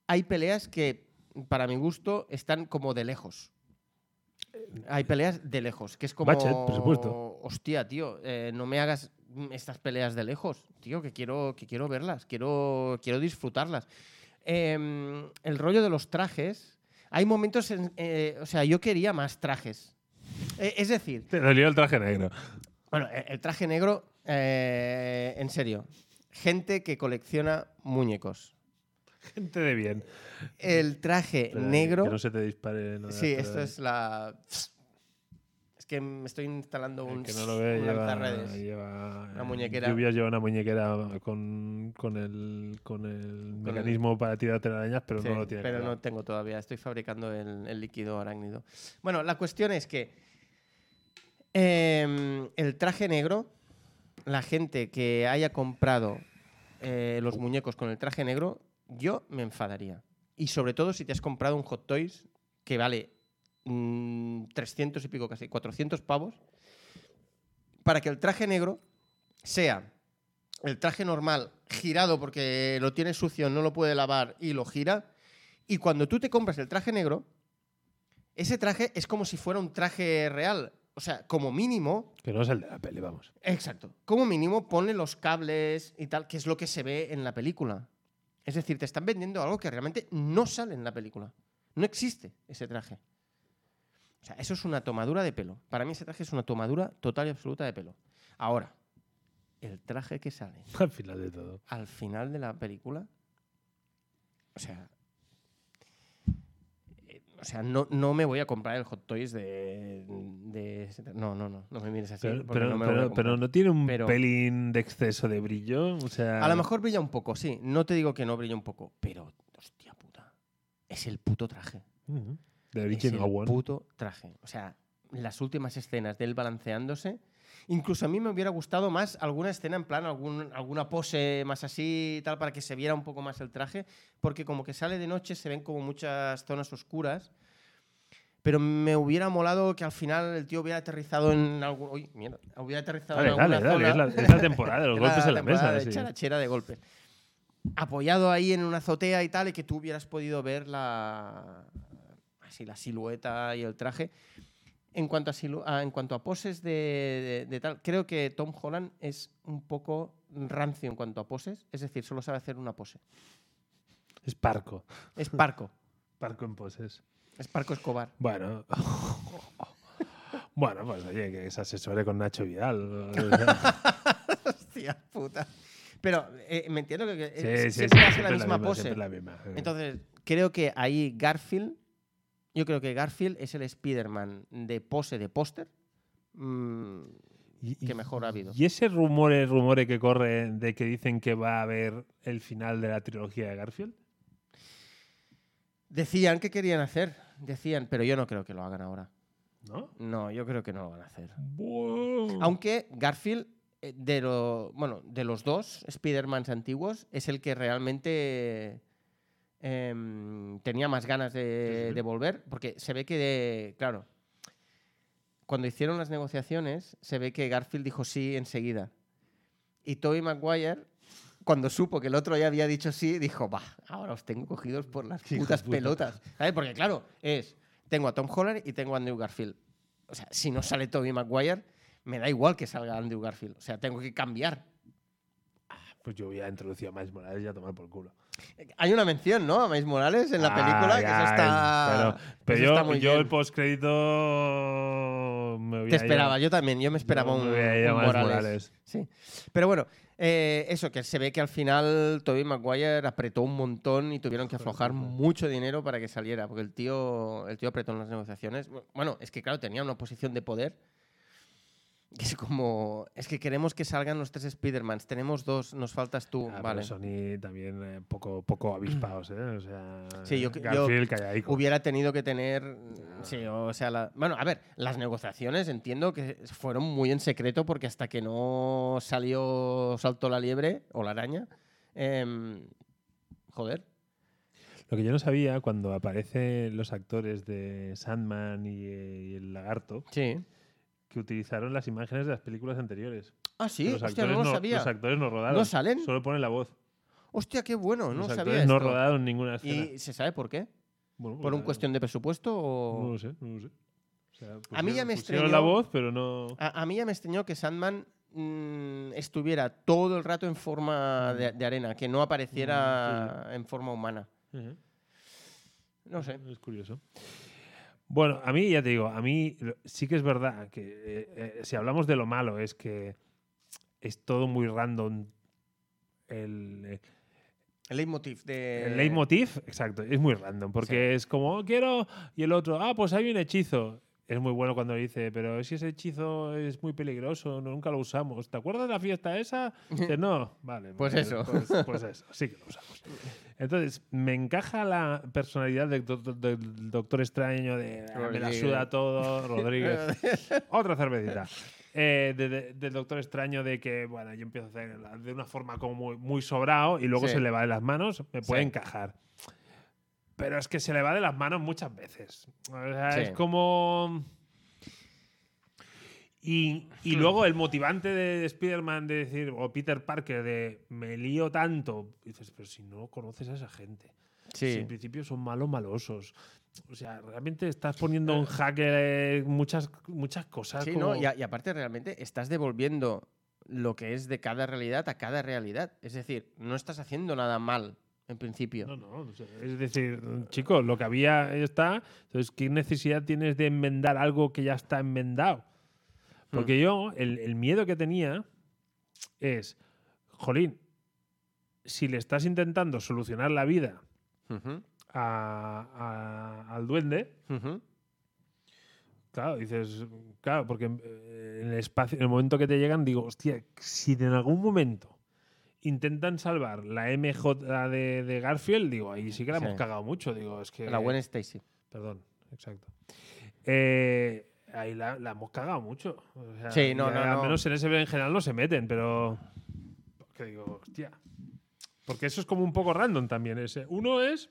[SPEAKER 2] hay peleas que, para mi gusto, están como de lejos. Hay peleas de lejos, que es como.
[SPEAKER 1] Batchet, por supuesto.
[SPEAKER 2] Hostia, tío, eh, no me hagas mm, estas peleas de lejos, tío, que quiero, que quiero verlas, quiero, quiero disfrutarlas. Eh, el rollo de los trajes. Hay momentos en. eh, o sea, yo quería más trajes. Eh, es decir,
[SPEAKER 1] Te dolió el traje negro.
[SPEAKER 2] bueno, e- el traje negro, eh, en serio. Gente que colecciona muñecos.
[SPEAKER 1] Gente de bien.
[SPEAKER 2] El traje
[SPEAKER 1] Espera,
[SPEAKER 2] negro.
[SPEAKER 1] eh, Que no se te dispare. nada,
[SPEAKER 2] sí,
[SPEAKER 1] espera.
[SPEAKER 2] esto es la. Es que me estoy instalando
[SPEAKER 1] El
[SPEAKER 2] un.
[SPEAKER 1] que no lo ve
[SPEAKER 2] un
[SPEAKER 1] lleva,
[SPEAKER 2] lanzarredes.
[SPEAKER 1] lleva
[SPEAKER 2] Una muñequera.
[SPEAKER 1] Lluvias lleva una muñequera con, con el, con el mecanismo para tirar telarañas, pero
[SPEAKER 2] Sí,
[SPEAKER 1] no lo tiene.
[SPEAKER 2] pero
[SPEAKER 1] claro.
[SPEAKER 2] no tengo todavía. Estoy fabricando el, el líquido arácnido. Bueno, la cuestión es que em, el traje negro, la gente que haya comprado eh, los muñecos con el traje negro, yo me enfadaría. Y sobre todo si te has comprado un Hot Toys que vale mm, 300 y pico, casi 400 pavos, para que el traje negro sea el traje normal girado porque lo tiene sucio, no lo puede lavar y lo gira. Y cuando tú te compras el traje negro, ese traje es como si fuera un traje real. O sea, como mínimo,
[SPEAKER 1] Que no es el de la peli, vamos.
[SPEAKER 2] exacto, como mínimo pone los cables y tal, que es lo que se ve en la película. Es decir, te están vendiendo algo que realmente no sale en la película. No existe ese traje. O sea, eso es una tomadura de pelo. Para mí ese traje es una tomadura total y absoluta de pelo. Ahora, el traje que sale
[SPEAKER 1] (laughs) Al final de todo.
[SPEAKER 2] al final de la película. O sea. eh, O sea, no, no me voy a comprar el Hot Toys de. de ese tra- no, no, no. No me mires así.
[SPEAKER 1] Pero,
[SPEAKER 2] porque
[SPEAKER 1] pero-
[SPEAKER 2] no me lo voy a
[SPEAKER 1] pero- pero
[SPEAKER 2] comprar.
[SPEAKER 1] no tiene un
[SPEAKER 2] Pero-
[SPEAKER 1] pelín de exceso de brillo. O sea,
[SPEAKER 2] A lo mejor brilla un poco, sí. No te digo que no brilla un poco. Pero, hostia puta. Es el puto traje.
[SPEAKER 1] Ujú. De
[SPEAKER 2] Es
[SPEAKER 1] origen
[SPEAKER 2] Pues el
[SPEAKER 1] One.
[SPEAKER 2] puto traje. O sea, las últimas escenas de él balanceándose. Incluso a mí me hubiera gustado más alguna escena en plan, algún, alguna pose más así, y tal, para que se viera un poco más el traje. Porque como que sale de noche, se ven como muchas zonas oscuras. Pero me hubiera molado que al final el tío hubiera aterrizado en algún. Uy, mierda. Hubiera aterrizado
[SPEAKER 1] Dale,
[SPEAKER 2] en alguna
[SPEAKER 1] dale, dale.
[SPEAKER 2] zona.
[SPEAKER 1] Es la, es la temporada
[SPEAKER 2] (laughs)
[SPEAKER 1] de los
[SPEAKER 2] Era
[SPEAKER 1] golpes en la mesa.
[SPEAKER 2] temporada De
[SPEAKER 1] sí.
[SPEAKER 2] charachera de golpes. Apoyado ahí en una azotea y tal, y que tú hubieras podido ver la, así, la silueta y el traje. En cuanto a, silu- a- en cuanto a poses de, de- de tal, creo que Tom Holland es un poco rancio en cuanto a poses. Es decir, solo sabe hacer una pose.
[SPEAKER 1] Es parco. (laughs)
[SPEAKER 2] Es Parco.
[SPEAKER 1] Parco en poses.
[SPEAKER 2] Es Parco Escobar.
[SPEAKER 1] Bueno. (laughs) bueno, pues oye, que se asesore con Nacho Vidal. o
[SPEAKER 2] (laughs)
[SPEAKER 1] sea,
[SPEAKER 2] Hostia puta. Pero eh, me entiendo que, que,
[SPEAKER 1] sí,
[SPEAKER 2] eh,
[SPEAKER 1] sí,
[SPEAKER 2] siempre
[SPEAKER 1] sí,
[SPEAKER 2] hace la misma pose.
[SPEAKER 1] siempre la misma.
[SPEAKER 2] Entonces, creo que ahí Garfield, yo creo que Garfield es el Spider-Man de pose de póster mm,
[SPEAKER 1] Y- y-
[SPEAKER 2] que mejor ha habido.
[SPEAKER 1] Y ese rumore, rumore que corre de que dicen que va a haber el final de la trilogía de Garfield.
[SPEAKER 2] Decían que querían hacer, decían, pero yo no creo que lo hagan ahora.
[SPEAKER 1] ¿No?
[SPEAKER 2] No, yo creo que no lo van a hacer.
[SPEAKER 1] Buah.
[SPEAKER 2] Aunque Garfield, eh, de, lo- bueno, de los dos Spider-Mans antiguos, es el que realmente em, tenía más ganas de,
[SPEAKER 1] Sí, sí.
[SPEAKER 2] de volver, porque se ve que, de- claro, cuando hicieron las negociaciones, se ve que Garfield dijo sí enseguida. Y Tobey Maguire, cuando supo que el otro ya había dicho sí, dijo, va, ahora os tengo cogidos por las
[SPEAKER 1] Hijo de
[SPEAKER 2] putas
[SPEAKER 1] puta.
[SPEAKER 2] pelotas. ¿Sabes? Porque claro, es, tengo a Tom Holland y tengo a Andrew Garfield. O sea, si no sale Tobey Maguire, me da igual que salga Andrew Garfield. O sea, tengo que cambiar.
[SPEAKER 1] Pues yo voy a introducir a Miles Morales y a tomar por culo.
[SPEAKER 2] Hay una mención, ¿no? A Miles Morales en la
[SPEAKER 1] Ah,
[SPEAKER 2] película, que
[SPEAKER 1] ya,
[SPEAKER 2] eso está...
[SPEAKER 1] Pero, pero
[SPEAKER 2] eso
[SPEAKER 1] yo,
[SPEAKER 2] está muy
[SPEAKER 1] yo el
[SPEAKER 2] bien.
[SPEAKER 1] postcrédito me voy
[SPEAKER 2] Te
[SPEAKER 1] a
[SPEAKER 2] esperaba,
[SPEAKER 1] llevar-
[SPEAKER 2] yo también, yo me esperaba
[SPEAKER 1] yo
[SPEAKER 2] un,
[SPEAKER 1] me voy a ir a
[SPEAKER 2] un
[SPEAKER 1] Miles
[SPEAKER 2] Morales.
[SPEAKER 1] Morales.
[SPEAKER 2] Sí. Pero bueno, eh, eso, que se ve que al final Tobey Maguire apretó un montón y tuvieron que aflojar mucho dinero para que saliera, porque el tío, el tío apretó en las negociaciones. Bueno, es que claro, tenía una posición de poder. que Es como, es que queremos que salgan los tres Spider-Mans, tenemos dos, nos faltas tú,
[SPEAKER 1] Ah, pero
[SPEAKER 2] vale.
[SPEAKER 1] Sony también eh, poco, poco avispados, ¿eh? O sea,
[SPEAKER 2] Sí, yo- yo
[SPEAKER 1] Garfield calladico.
[SPEAKER 2] Hubiera tenido que tener. Sí, o sea, la- bueno, a ver, las negociaciones entiendo que fueron muy en secreto porque hasta que no salió, saltó la liebre o la araña. em, joder.
[SPEAKER 1] Lo que yo no sabía cuando aparecen los actores de Sandman y, eh, y el lagarto,
[SPEAKER 2] Sí.
[SPEAKER 1] que utilizaron las imágenes de las películas anteriores.
[SPEAKER 2] Ah, sí,
[SPEAKER 1] los,
[SPEAKER 2] hostia,
[SPEAKER 1] actores
[SPEAKER 2] no lo sabía.
[SPEAKER 1] los actores no rodaron.
[SPEAKER 2] ¿No salen?
[SPEAKER 1] Solo ponen la voz.
[SPEAKER 2] Hostia, qué bueno, no
[SPEAKER 1] los
[SPEAKER 2] sabía.
[SPEAKER 1] actores no
[SPEAKER 2] esto.
[SPEAKER 1] rodaron ninguna escena.
[SPEAKER 2] ¿Y se sabe por qué?
[SPEAKER 1] Bueno,
[SPEAKER 2] ¿Por
[SPEAKER 1] pues,
[SPEAKER 2] un cuestión de presupuesto o.?
[SPEAKER 1] No lo sé, no lo sé. O sea,
[SPEAKER 2] A mí ya
[SPEAKER 1] pusieron-
[SPEAKER 2] me
[SPEAKER 1] pusieron
[SPEAKER 2] Ah, extrañó-
[SPEAKER 1] la voz, pero no.
[SPEAKER 2] A, a mí ya me extrañó que Sandman mm, estuviera todo el rato en forma
[SPEAKER 1] Mm.
[SPEAKER 2] de, de arena, que no apareciera en forma humana.
[SPEAKER 1] Ujú.
[SPEAKER 2] No sé.
[SPEAKER 1] eh, Es curioso. Bueno, a mí ya te digo, a mí lo- sí que es verdad que eh, eh, si hablamos de lo malo es que es todo muy random. El, eh,
[SPEAKER 2] El leitmotiv de.
[SPEAKER 1] el
[SPEAKER 2] (laughs)
[SPEAKER 1] leitmotiv, exacto, es muy random, porque es como, "Oh, quiero, y el otro, ah, pues hay un hechizo. Es muy bueno cuando dice, pero si ese hechizo es muy peligroso, no- nunca lo usamos. ¿Te acuerdas de la fiesta
[SPEAKER 2] (laughs)
[SPEAKER 1] esa? Dice, no, vale.
[SPEAKER 2] Pues eso.
[SPEAKER 1] Pues,
[SPEAKER 2] (laughs)
[SPEAKER 1] pues eso, sí que lo usamos. Entonces, me encaja la personalidad del, doc- del Doctor Extraño, de "Ah, me la
[SPEAKER 2] Rodríguez.
[SPEAKER 1] suda todo,
[SPEAKER 2] (laughs)
[SPEAKER 1] Rodríguez. Otra cervecita. Eh, de- de- del Doctor Extraño de que, bueno, yo empiezo a hacer la- de una forma como muy, muy sobrado y luego
[SPEAKER 2] Sí.
[SPEAKER 1] se le va de las manos, me puede
[SPEAKER 2] Sí.
[SPEAKER 1] encajar. Pero es que se le va de las manos muchas veces. O sea,
[SPEAKER 2] Sí.
[SPEAKER 1] Es como... Y, y
[SPEAKER 2] Hmm.
[SPEAKER 1] luego el motivante de Spider-Man de decir, o Peter Parker, de me lío tanto. Dices, pero si no conoces a esa gente. Si
[SPEAKER 2] Sí.
[SPEAKER 1] en principio son malos, malosos. O sea, realmente estás poniendo en jaque eh, muchas, muchas cosas.
[SPEAKER 2] Sí,
[SPEAKER 1] como-
[SPEAKER 2] ¿no? Y, a- y aparte, realmente estás devolviendo lo que es de cada realidad a cada realidad. Es decir, no estás haciendo nada mal, en principio.
[SPEAKER 1] No, no, o sea, es decir, chicos, lo que había está. Entonces, ¿qué necesidad tienes de enmendar algo que ya está enmendado?
[SPEAKER 2] Hmm.
[SPEAKER 1] Porque yo, el, el miedo que tenía es, jolín, si le estás intentando solucionar la vida
[SPEAKER 2] Ujú,
[SPEAKER 1] a- a- al duende,
[SPEAKER 2] ujú.
[SPEAKER 1] Claro, dices, claro, porque eh, en el espacio, en el momento que te llegan, digo, hostia, si en algún momento intentan salvar la MJ de, de Garfield, digo, ahí sí que la
[SPEAKER 2] Sí.
[SPEAKER 1] hemos cagado mucho, digo, es que.
[SPEAKER 2] La buena Stacy.
[SPEAKER 1] Perdón, exacto. Eh, ahí la, la hemos cagado mucho. o sea,
[SPEAKER 2] Sí, no,
[SPEAKER 1] y
[SPEAKER 2] no,
[SPEAKER 1] Al
[SPEAKER 2] no.
[SPEAKER 1] menos en ese en general no se meten, pero. Que digo, hostia. Porque eso es como un poco random también ese. Uno es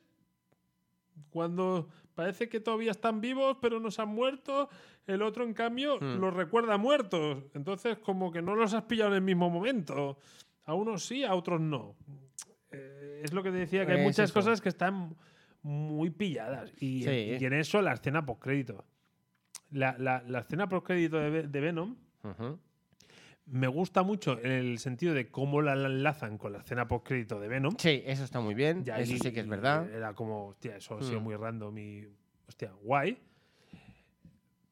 [SPEAKER 1] cuando parece que todavía están vivos, pero nos han muerto. El otro, en cambio,
[SPEAKER 2] Hmm.
[SPEAKER 1] los recuerda muertos. Entonces, como que no los has pillado en el mismo momento. A unos sí, a otros no. Eh, es lo que te decía, que hay
[SPEAKER 2] Es
[SPEAKER 1] muchas
[SPEAKER 2] eso.
[SPEAKER 1] cosas que están muy pilladas. Y,
[SPEAKER 2] Sí. eh.
[SPEAKER 1] y en eso la escena postcrédito. La, la, la escena postcrédito de, Ve- de Venom
[SPEAKER 2] Ujú.
[SPEAKER 1] me gusta mucho en el sentido de cómo la la enlazan con la escena postcrédito de Venom.
[SPEAKER 2] Sí, eso está muy bien.
[SPEAKER 1] Ya
[SPEAKER 2] eso
[SPEAKER 1] ahí eh,
[SPEAKER 2] sí que es verdad.
[SPEAKER 1] Era como, hostia, eso ha sido
[SPEAKER 2] Hmm.
[SPEAKER 1] muy random y, hostia, guay.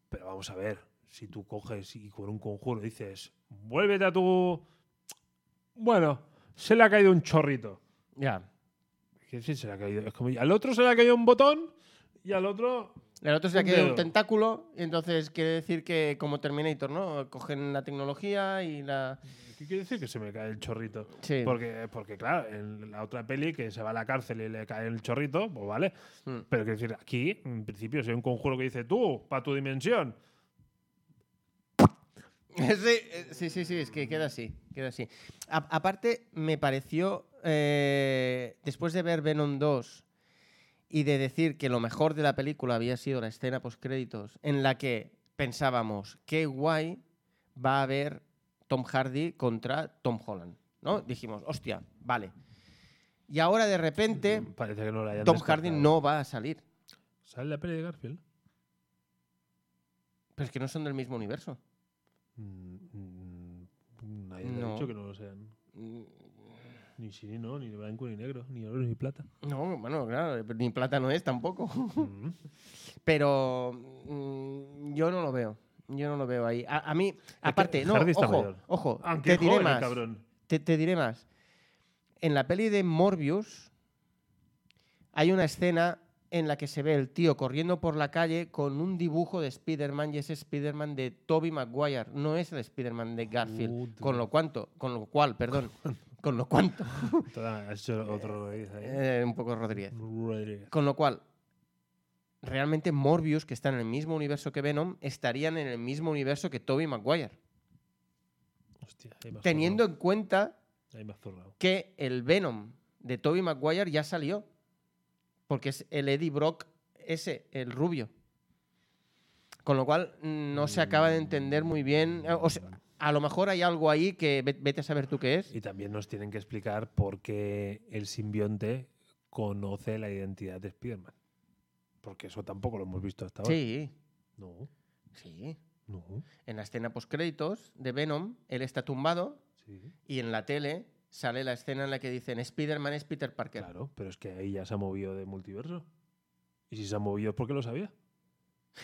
[SPEAKER 1] Pero vamos a ver, si tú coges y con un conjuro dices, vuélvete a tu... Bueno, se le ha caído un chorrito.
[SPEAKER 2] Ya.
[SPEAKER 1] Quiero decir, se le ha caído. Es como, al otro se le ha caído un botón y al otro.
[SPEAKER 2] El otro se ha
[SPEAKER 1] Un
[SPEAKER 2] quedado un
[SPEAKER 1] dedo.
[SPEAKER 2] tentáculo, y entonces quiere decir que como Terminator, ¿no? Cogen la tecnología y la...
[SPEAKER 1] ¿Qué quiere decir que se me cae el chorrito?
[SPEAKER 2] Sí.
[SPEAKER 1] Porque, porque, claro, en la otra peli que se va a la cárcel y le cae el chorrito, pues vale.
[SPEAKER 2] Mm.
[SPEAKER 1] Pero quiero decir, aquí, en principio, si hay un conjuro que dice tú, para tu dimensión.
[SPEAKER 2] Sí, eh, sí, sí, sí, es que queda así, queda así. A- aparte, me pareció, eh, después de ver Venom 2 y de decir que lo mejor de la película había sido la escena postcréditos, en la que pensábamos, qué guay va a haber Tom Hardy contra Tom Holland, ¿no? Dijimos, hostia, vale. Y ahora de repente
[SPEAKER 1] mm, Parece que no la hayan
[SPEAKER 2] Tom Hardy
[SPEAKER 1] descartado.
[SPEAKER 2] no va a salir.
[SPEAKER 1] ¿Sale la peli de Garfield?
[SPEAKER 2] Pero es que no son del mismo universo.
[SPEAKER 1] Mm, mm, nadie te ha
[SPEAKER 2] No.
[SPEAKER 1] dicho que no lo sean.
[SPEAKER 2] Mm,
[SPEAKER 1] Ni chirino, ni blanco, ni negro, ni oro, ni
[SPEAKER 2] (laughs)
[SPEAKER 1] plata.
[SPEAKER 2] No, bueno, claro, ni plata no es tampoco. (laughs)
[SPEAKER 1] Mm.
[SPEAKER 2] Pero mm, yo no lo veo. Yo no lo veo ahí. A, a mí, aparte, no,
[SPEAKER 1] Hardy está
[SPEAKER 2] ojo,
[SPEAKER 1] mayor.
[SPEAKER 2] ojo,
[SPEAKER 1] Aunque
[SPEAKER 2] te diré
[SPEAKER 1] joven, el
[SPEAKER 2] más.
[SPEAKER 1] cabrón.
[SPEAKER 2] Te, te diré más. En la peli de Morbius hay una escena en la que se ve el tío corriendo por la calle con un dibujo de Spider-Man y ese Spider-Man de Tobey Maguire. No es el Spider-Man de Garfield.
[SPEAKER 1] Joder.
[SPEAKER 2] Con lo cuanto, con lo cual, perdón. con lo cuanto. (laughs)
[SPEAKER 1] Toda- has hecho otro Rodríguez ahí.
[SPEAKER 2] Eh, un poco Rodríguez.
[SPEAKER 1] Rodríguez.
[SPEAKER 2] Con lo cual, realmente Morbius, que está en el mismo universo que Venom, estarían en el mismo universo que Tobey Maguire.
[SPEAKER 1] Hostia, ahí me has
[SPEAKER 2] Teniendo en cuenta
[SPEAKER 1] zurrado. Ahí me has zurrado.
[SPEAKER 2] que el Venom de Tobey Maguire ya salió. porque es el Eddie Brock ese, el rubio. Con lo cual no se acaba de entender muy bien. eh, O sea, a lo mejor hay algo ahí que ve- vete a saber tú qué es.
[SPEAKER 1] Y también nos tienen que explicar por qué el simbionte conoce la identidad de Spider-Man. Porque eso tampoco lo hemos visto hasta ahora.
[SPEAKER 2] Sí,
[SPEAKER 1] No,
[SPEAKER 2] sí.
[SPEAKER 1] no.
[SPEAKER 2] En la escena postcréditos de Venom, él está tumbado
[SPEAKER 1] Sí.
[SPEAKER 2] y en la tele sale la escena en la que dicen Spider-Man es Peter Parker.
[SPEAKER 1] Claro, pero es que ahí ya se ha movido de multiverso. Y si se ha movido es porque lo sabía.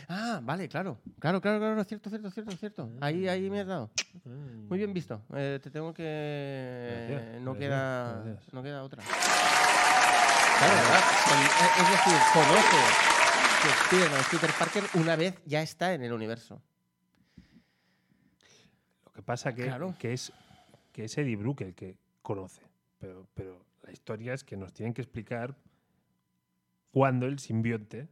[SPEAKER 2] Ah, vale, claro. Claro, claro, claro, cierto, cierto, cierto, cierto.
[SPEAKER 1] Ah.
[SPEAKER 2] Ahí, ahí me has dado. Muy bien visto. Eh, te tengo que.
[SPEAKER 1] Gracias,
[SPEAKER 2] no,
[SPEAKER 1] gracias,
[SPEAKER 2] queda,
[SPEAKER 1] gracias.
[SPEAKER 2] no queda otra. Claro, ¿verdad? Con- Es decir, conoce que Spider-Man es Peter Parker una vez ya está en el universo.
[SPEAKER 1] Lo que pasa que,
[SPEAKER 2] Claro.
[SPEAKER 1] que es que es Eddie Brooke el que conoce. Pero, pero la historia es que nos tienen que explicar cuándo el simbionte,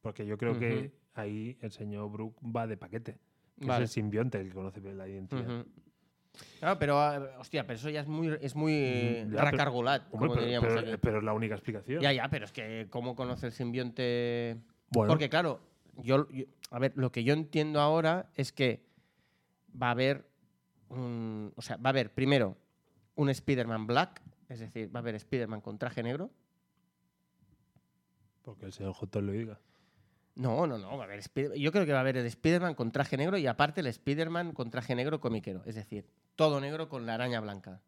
[SPEAKER 1] porque yo creo que
[SPEAKER 2] Ujú.
[SPEAKER 1] ahí el señor Brooke va de paquete. que
[SPEAKER 2] Vale.
[SPEAKER 1] Es el simbionte el que conoce la identidad.
[SPEAKER 2] Ujú. Claro, pero, ah, hostia, pero eso ya es muy, es muy eh,
[SPEAKER 1] Ya, pero-
[SPEAKER 2] racargolat,
[SPEAKER 1] Hombre,
[SPEAKER 2] como
[SPEAKER 1] pero,
[SPEAKER 2] diríamos
[SPEAKER 1] pero- eh,
[SPEAKER 2] aquí.
[SPEAKER 1] pero es la única explicación.
[SPEAKER 2] Ya, ya, pero es que cómo conoce el simbionte.
[SPEAKER 1] Bueno,
[SPEAKER 2] Porque claro, yo, yo- a ver, lo que yo entiendo ahora es que va a haber, un- o sea, va a haber primero un Spider-Man Black, es decir, va a haber Spider-Man con traje negro.
[SPEAKER 1] porque el señor Houghton lo diga.
[SPEAKER 2] No, no, no, va a haber Spider- yo creo que va a haber el Spider-Man con traje negro y aparte el Spider-Man con traje negro comiquero, es decir, todo negro con la araña blanca.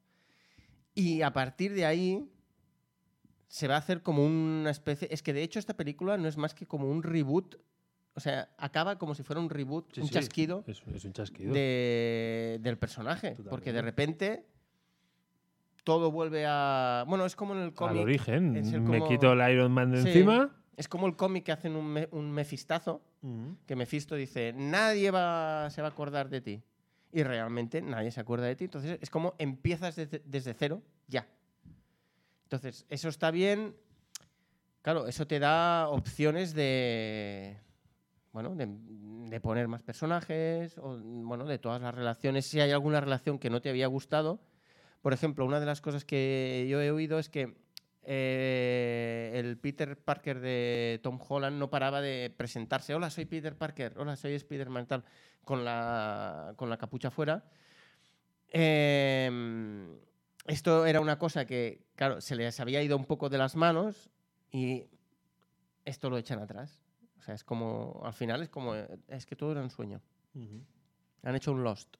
[SPEAKER 2] Y a partir de ahí se va a hacer como una especie, es que de hecho esta película no es más que como un reboot, o sea, acaba como si fuera un reboot,
[SPEAKER 1] Sí,
[SPEAKER 2] un
[SPEAKER 1] sí,
[SPEAKER 2] chasquido
[SPEAKER 1] Es, es un chasquido.
[SPEAKER 2] de- del personaje.
[SPEAKER 1] Totalmente.
[SPEAKER 2] Porque de repente todo vuelve a. Bueno, es como en el
[SPEAKER 1] Al
[SPEAKER 2] cómic.
[SPEAKER 1] origen.
[SPEAKER 2] es el
[SPEAKER 1] Me
[SPEAKER 2] como-
[SPEAKER 1] quito el Iron Man de
[SPEAKER 2] Sí.
[SPEAKER 1] encima.
[SPEAKER 2] Es como el cómic que hacen un, me- un mefistazo,
[SPEAKER 1] Ujú.
[SPEAKER 2] que Mefisto dice, nadie va, se va a acordar de ti. Y realmente nadie se acuerda de ti. Entonces es como empiezas desde, desde cero, ya. Entonces, eso está bien. Claro, eso te da opciones de. Bueno, de, de poner más personajes, o bueno, de todas las relaciones. Si hay alguna relación que no te había gustado. Por ejemplo, una de las cosas que yo he oído es que eh, el Peter Parker de Tom Holland no paraba de presentarse. Hola, soy Peter Parker. Hola, soy Spider-Man. Tal, con la, con la capucha afuera. Eh, esto era una cosa que, claro, se les había ido un poco de las manos y esto lo echan atrás. O sea, es como, al final es como, eh, es que todo era un sueño.
[SPEAKER 1] Ujú.
[SPEAKER 2] Han hecho un Lost.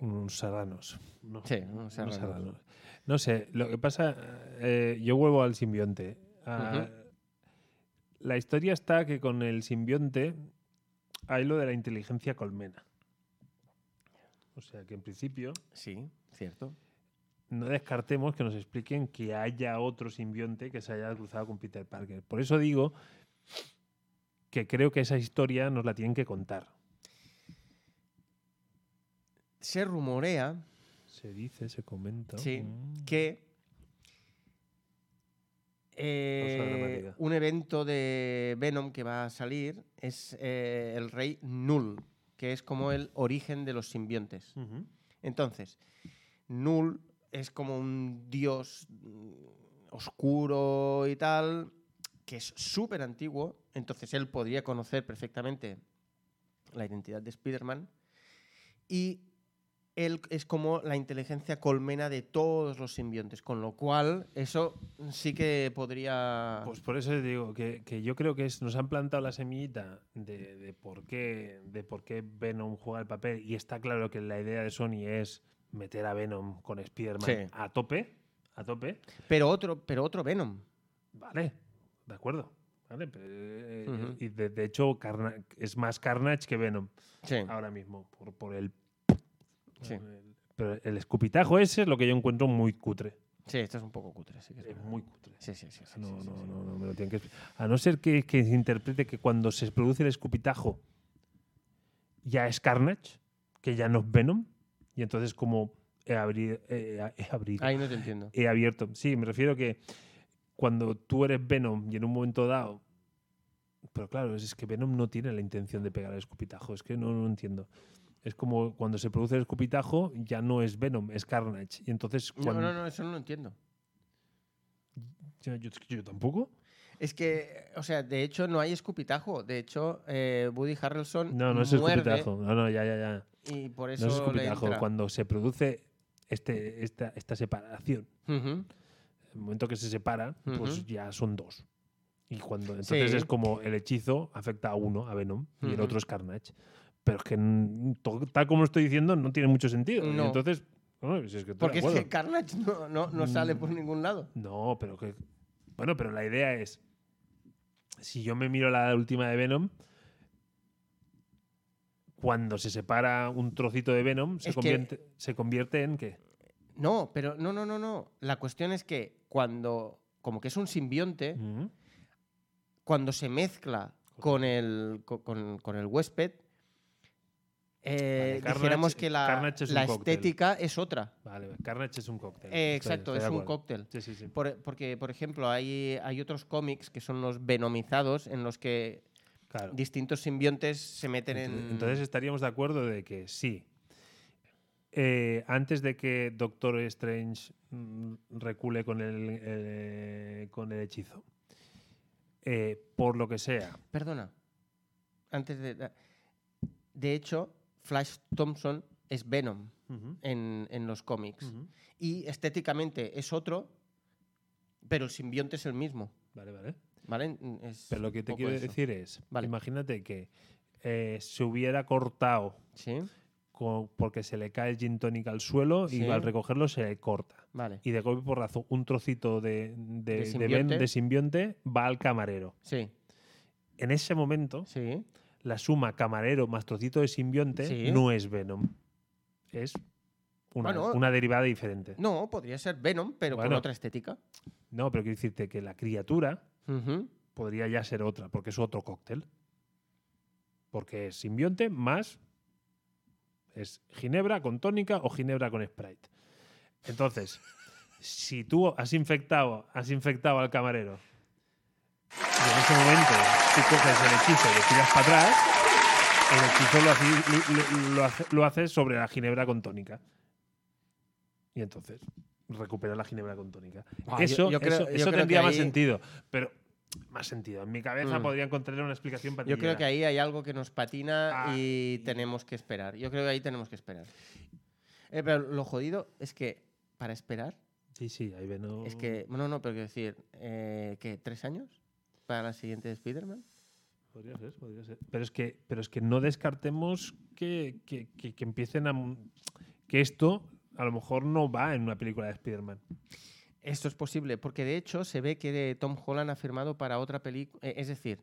[SPEAKER 1] Unos serranos. ¿no?
[SPEAKER 2] Sí, un
[SPEAKER 1] No sé,
[SPEAKER 2] serrano.
[SPEAKER 1] no- No sé, lo que pasa, eh, yo vuelvo al simbionte. Ah, La historia está que con el simbionte hay lo de la inteligencia colmena. O sea que en principio
[SPEAKER 2] Sí, cierto.
[SPEAKER 1] no descartemos que nos expliquen que haya otro simbionte que se haya cruzado con Peter Parker. Por eso digo que creo que esa historia nos la tienen que contar.
[SPEAKER 2] Se rumorea
[SPEAKER 1] Se dice, se comenta.
[SPEAKER 2] Sí,
[SPEAKER 1] Mm.
[SPEAKER 2] que
[SPEAKER 1] Pausa
[SPEAKER 2] eh,
[SPEAKER 1] dramática.
[SPEAKER 2] un evento de Venom que va a salir es eh, el rey Null, que es como el origen de los simbiontes.
[SPEAKER 1] Ujú.
[SPEAKER 2] Entonces, Null es como un dios mm, oscuro y tal, que es súper antiguo, entonces él podría conocer perfectamente la identidad de Spider-Man. Y él es como la inteligencia colmena de todos los simbiontes, con lo cual eso sí que podría...
[SPEAKER 1] Pues por eso te digo que, que yo creo que es- nos han plantado la semillita de, de por qué, de por qué Venom juega el papel. Y está claro que la idea de Sony es meter a Venom con Spider-Man
[SPEAKER 2] Sí.
[SPEAKER 1] a tope, a tope,
[SPEAKER 2] pero, otro, pero otro Venom.
[SPEAKER 1] ¿vale? De acuerdo. ¿Vale? pero, eh,
[SPEAKER 2] Ujú.
[SPEAKER 1] Y de, de hecho Carna- es más Carnage que Venom
[SPEAKER 2] Sí.
[SPEAKER 1] ahora mismo, por, por el...
[SPEAKER 2] Sí.
[SPEAKER 1] el- Pero el escupitajo ese es lo que yo encuentro muy cutre.
[SPEAKER 2] sí, esto es un poco cutre. Sí, que es
[SPEAKER 1] Es
[SPEAKER 2] verdad.
[SPEAKER 1] Eh, muy cutre.
[SPEAKER 2] sí, sí, sí, sí,
[SPEAKER 1] No,
[SPEAKER 2] sí, sí,
[SPEAKER 1] no,
[SPEAKER 2] sí.
[SPEAKER 1] no, no me lo tienen que expli- A no ser que, que se interprete que cuando se produce el escupitajo ya es Carnage, que ya no es Venom, y entonces como he, abri- eh, a- he abrido-
[SPEAKER 2] Ahí no te entiendo.
[SPEAKER 1] he abierto. Sí, me refiero que cuando tú eres Venom y en un momento dado. Pero claro, es, es que Venom no tiene la intención de pegar el escupitajo, es que no, no entiendo. Es como cuando se produce el escupitajo ya no es Venom, es Carnage. Y entonces
[SPEAKER 2] No,
[SPEAKER 1] cuando.
[SPEAKER 2] no, no, eso no lo entiendo.
[SPEAKER 1] Yo- yo- yo tampoco.
[SPEAKER 2] Es que, o sea, de hecho no hay escupitajo. De hecho, eh, Woody Harrelson
[SPEAKER 1] No, no es
[SPEAKER 2] muerde
[SPEAKER 1] escupitajo. No, no, ya, ya, ya.
[SPEAKER 2] Y por
[SPEAKER 1] No
[SPEAKER 2] eso
[SPEAKER 1] es
[SPEAKER 2] le
[SPEAKER 1] escupitajo.
[SPEAKER 2] entra.
[SPEAKER 1] Cuando se produce este, esta, esta separación,
[SPEAKER 2] Ujú.
[SPEAKER 1] el momento que se separa, pues
[SPEAKER 2] Ujú.
[SPEAKER 1] ya son dos. Y cuando entonces
[SPEAKER 2] Sí.
[SPEAKER 1] es como el hechizo afecta a uno, a Venom, y el
[SPEAKER 2] Ujú.
[SPEAKER 1] otro es Carnage. Pero es que mm, to- tal como lo estoy diciendo, no tiene mucho sentido. Y
[SPEAKER 2] No.
[SPEAKER 1] entonces, bueno, si es que estoy de
[SPEAKER 2] Porque es
[SPEAKER 1] acuerdo. Mm.
[SPEAKER 2] que Carnage no, no, no sale por ningún lado.
[SPEAKER 1] No, pero que. Bueno, pero la idea es. Si yo me miro la última de Venom. Cuando se separa un trocito de Venom, se
[SPEAKER 2] Es que-
[SPEAKER 1] convierte, se convierte en qué?
[SPEAKER 2] No, pero no, no, no, no. La cuestión es que cuando, como que es un simbionte,
[SPEAKER 1] Mm.
[SPEAKER 2] cuando se mezcla con el, co- con, con el huésped, eh,
[SPEAKER 1] Vale, Carnage-
[SPEAKER 2] dijéramos que la,
[SPEAKER 1] Carnage es un
[SPEAKER 2] la
[SPEAKER 1] cóctel.
[SPEAKER 2] estética es otra.
[SPEAKER 1] Vale, Carnage es un cóctel. Estoy-
[SPEAKER 2] Eh, exacto,
[SPEAKER 1] estoy de
[SPEAKER 2] es un
[SPEAKER 1] acuerdo.
[SPEAKER 2] cóctel.
[SPEAKER 1] Sí, sí, sí.
[SPEAKER 2] Por- porque, por ejemplo, hay, hay otros cómics que son los venomizados en los que
[SPEAKER 1] Claro.
[SPEAKER 2] distintos simbiontes se meten en...
[SPEAKER 1] Entonces- Entonces estaríamos de acuerdo de que sí. Eh, antes de que Doctor Strange mm, recule con el, eh, con el hechizo, eh, por lo que sea,
[SPEAKER 2] Perdona. Antes de... De hecho, Flash Thompson es Venom
[SPEAKER 1] Ujú,
[SPEAKER 2] en, en los cómics.
[SPEAKER 1] ujú.
[SPEAKER 2] Y estéticamente es otro, pero el simbionte es el mismo.
[SPEAKER 1] Vale, vale.
[SPEAKER 2] ¿Vale? Es
[SPEAKER 1] Pero lo que te
[SPEAKER 2] un poco
[SPEAKER 1] quiero
[SPEAKER 2] eso.
[SPEAKER 1] decir es,
[SPEAKER 2] Vale.
[SPEAKER 1] imagínate que eh, se hubiera cortado
[SPEAKER 2] Sí,
[SPEAKER 1] co- porque se le cae el gin tonic al suelo y
[SPEAKER 2] Sí.
[SPEAKER 1] al recogerlo se le corta.
[SPEAKER 2] vale.
[SPEAKER 1] Y de golpe por porrazo un trocito de, de,
[SPEAKER 2] ¿De
[SPEAKER 1] de
[SPEAKER 2] simbionte?
[SPEAKER 1] ven- de simbionte va al camarero.
[SPEAKER 2] Sí,
[SPEAKER 1] En ese momento,
[SPEAKER 2] sí.
[SPEAKER 1] la suma camarero más trocito de simbionte
[SPEAKER 2] Sí.
[SPEAKER 1] no es Venom. Es una,
[SPEAKER 2] Bueno.
[SPEAKER 1] una derivada diferente.
[SPEAKER 2] No, podría ser Venom, pero con
[SPEAKER 1] Bueno.
[SPEAKER 2] otra estética.
[SPEAKER 1] No, pero quiero decirte que la criatura
[SPEAKER 2] Ujú.
[SPEAKER 1] podría ya ser otra, porque es otro cóctel. Porque es simbionte más es ginebra con tónica o ginebra con Sprite. Entonces,
[SPEAKER 2] (laughs)
[SPEAKER 1] si tú has infectado, has infectado al camarero y en ese momento tú coges el hechizo y lo tiras para atrás, el hechizo lo hace- lo- lo- lo hace- lo haces sobre la ginebra con tónica. Y entonces recupera la ginebra con tónica.
[SPEAKER 2] Ah, yo-
[SPEAKER 1] eso
[SPEAKER 2] yo creo-
[SPEAKER 1] eso-
[SPEAKER 2] yo
[SPEAKER 1] eso
[SPEAKER 2] creo que
[SPEAKER 1] tendría más
[SPEAKER 2] ahí-
[SPEAKER 1] sentido. Pero más sentido. En mi cabeza
[SPEAKER 2] Mm.
[SPEAKER 1] podría encontrarle una explicación para
[SPEAKER 2] Yo creo que ahí hay algo que nos patina
[SPEAKER 1] Ah,
[SPEAKER 2] y tenemos que esperar. Yo creo que ahí tenemos que esperar. Eh, pero lo jodido es que para esperar
[SPEAKER 1] Sí, sí, ahí Venom.
[SPEAKER 2] es que... No, no, pero quiero decir, eh, ¿qué? ¿Tres años? ¿Para la siguiente de Spider-Man?
[SPEAKER 1] Podría ser, podría ser. Pero es que, pero es que no descartemos que, que- que- que empiecen a. m- que esto a lo mejor no va en una película de Spider-Man.
[SPEAKER 2] Esto es posible, porque de hecho se ve que Tom Holland ha firmado para otra película. eh, Es decir,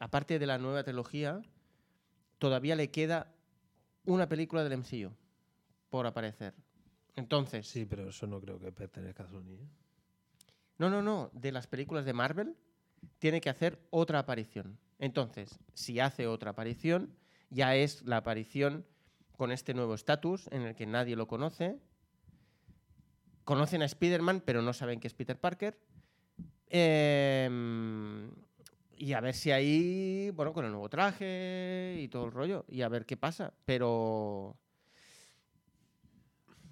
[SPEAKER 2] aparte de la nueva trilogía, todavía le queda una película del MCU por aparecer. Entonces,
[SPEAKER 1] Sí, pero eso no creo que pertenezca a Sony. ¿eh?
[SPEAKER 2] no, no, no, de las películas de Marvel tiene que hacer otra aparición. Entonces, si hace otra aparición, ya es la aparición con este nuevo estatus en el que nadie lo conoce. Conocen a Spider-Man, pero no saben que es Peter Parker. Em, y a ver si ahí, bueno, con el nuevo traje y todo el rollo, y a ver qué pasa. Pero...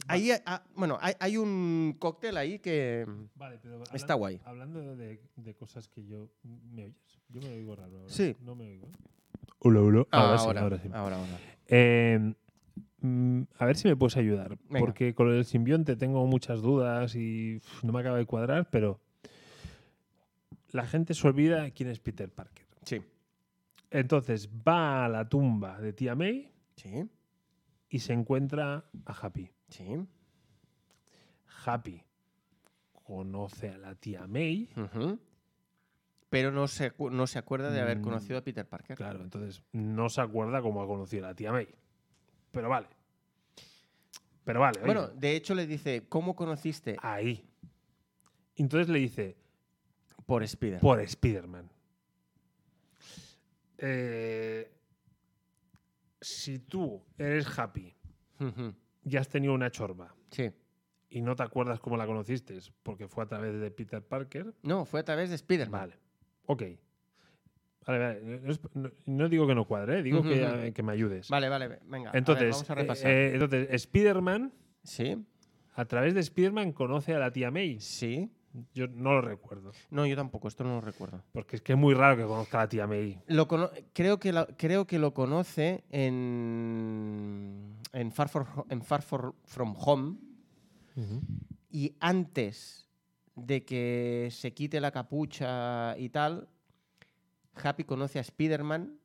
[SPEAKER 2] Ahí, ah, bueno, hay, hay un cóctel ahí que...
[SPEAKER 1] Vale, pero.
[SPEAKER 2] Está guay.
[SPEAKER 1] Hablando de, cosas que yo. ¿Me oyes? Yo me oigo raro. Ahora.
[SPEAKER 2] Sí.
[SPEAKER 1] No me Hola, hola.
[SPEAKER 2] Ah,
[SPEAKER 1] Ahora, sí, ahora sí.
[SPEAKER 2] ahora, ahora.
[SPEAKER 1] Eh, mm, a ver si me puedes ayudar.
[SPEAKER 2] Venga.
[SPEAKER 1] Porque con el simbionte tengo muchas dudas y uf, no me acaba de cuadrar, pero la gente se olvida quién es Peter Parker.
[SPEAKER 2] Sí.
[SPEAKER 1] Entonces va a la tumba de tía May
[SPEAKER 2] Sí,
[SPEAKER 1] y se encuentra a Happy.
[SPEAKER 2] sí.
[SPEAKER 1] Happy conoce a la tía May.
[SPEAKER 2] ujú. Pero no se, acu- no se acuerda de haber
[SPEAKER 1] Mm,
[SPEAKER 2] conocido a Peter Parker.
[SPEAKER 1] Claro, entonces no se acuerda cómo ha conocido a la tía May. Pero vale. Pero vale. oye. Ah,
[SPEAKER 2] Bueno, de hecho le dice, ¿cómo conociste?
[SPEAKER 1] ahí. Entonces le dice,
[SPEAKER 2] Por Spider.
[SPEAKER 1] por Spider-Man. Eh, si tú eres happy
[SPEAKER 2] Ujú,
[SPEAKER 1] y has tenido una chorba
[SPEAKER 2] Sí.
[SPEAKER 1] y no te acuerdas cómo la conociste porque fue a través de Peter Parker,
[SPEAKER 2] No, fue a través de Spider-Man.
[SPEAKER 1] vale, ok. Vale, vale, No, es- no- no digo que no cuadre, ¿eh? digo
[SPEAKER 2] Ujú,
[SPEAKER 1] que,
[SPEAKER 2] ujú.
[SPEAKER 1] eh, que me ayudes.
[SPEAKER 2] Vale, vale, ve- venga. a ver,
[SPEAKER 1] Entonces,
[SPEAKER 2] vamos a repasar.
[SPEAKER 1] eh, eh, entonces Spider-Man,
[SPEAKER 2] sí,
[SPEAKER 1] a través de Spider-Man conoce a la tía May.
[SPEAKER 2] sí,
[SPEAKER 1] Yo no lo recuerdo.
[SPEAKER 2] No, yo tampoco, esto no lo recuerdo.
[SPEAKER 1] Porque es que es muy raro que conozca a la tía May.
[SPEAKER 2] Lo cono- creo, que la- creo que lo conoce en, en Far, For- en Far For- From Home y antes de que se quite la capucha y tal, Happy conoce a Spider-Man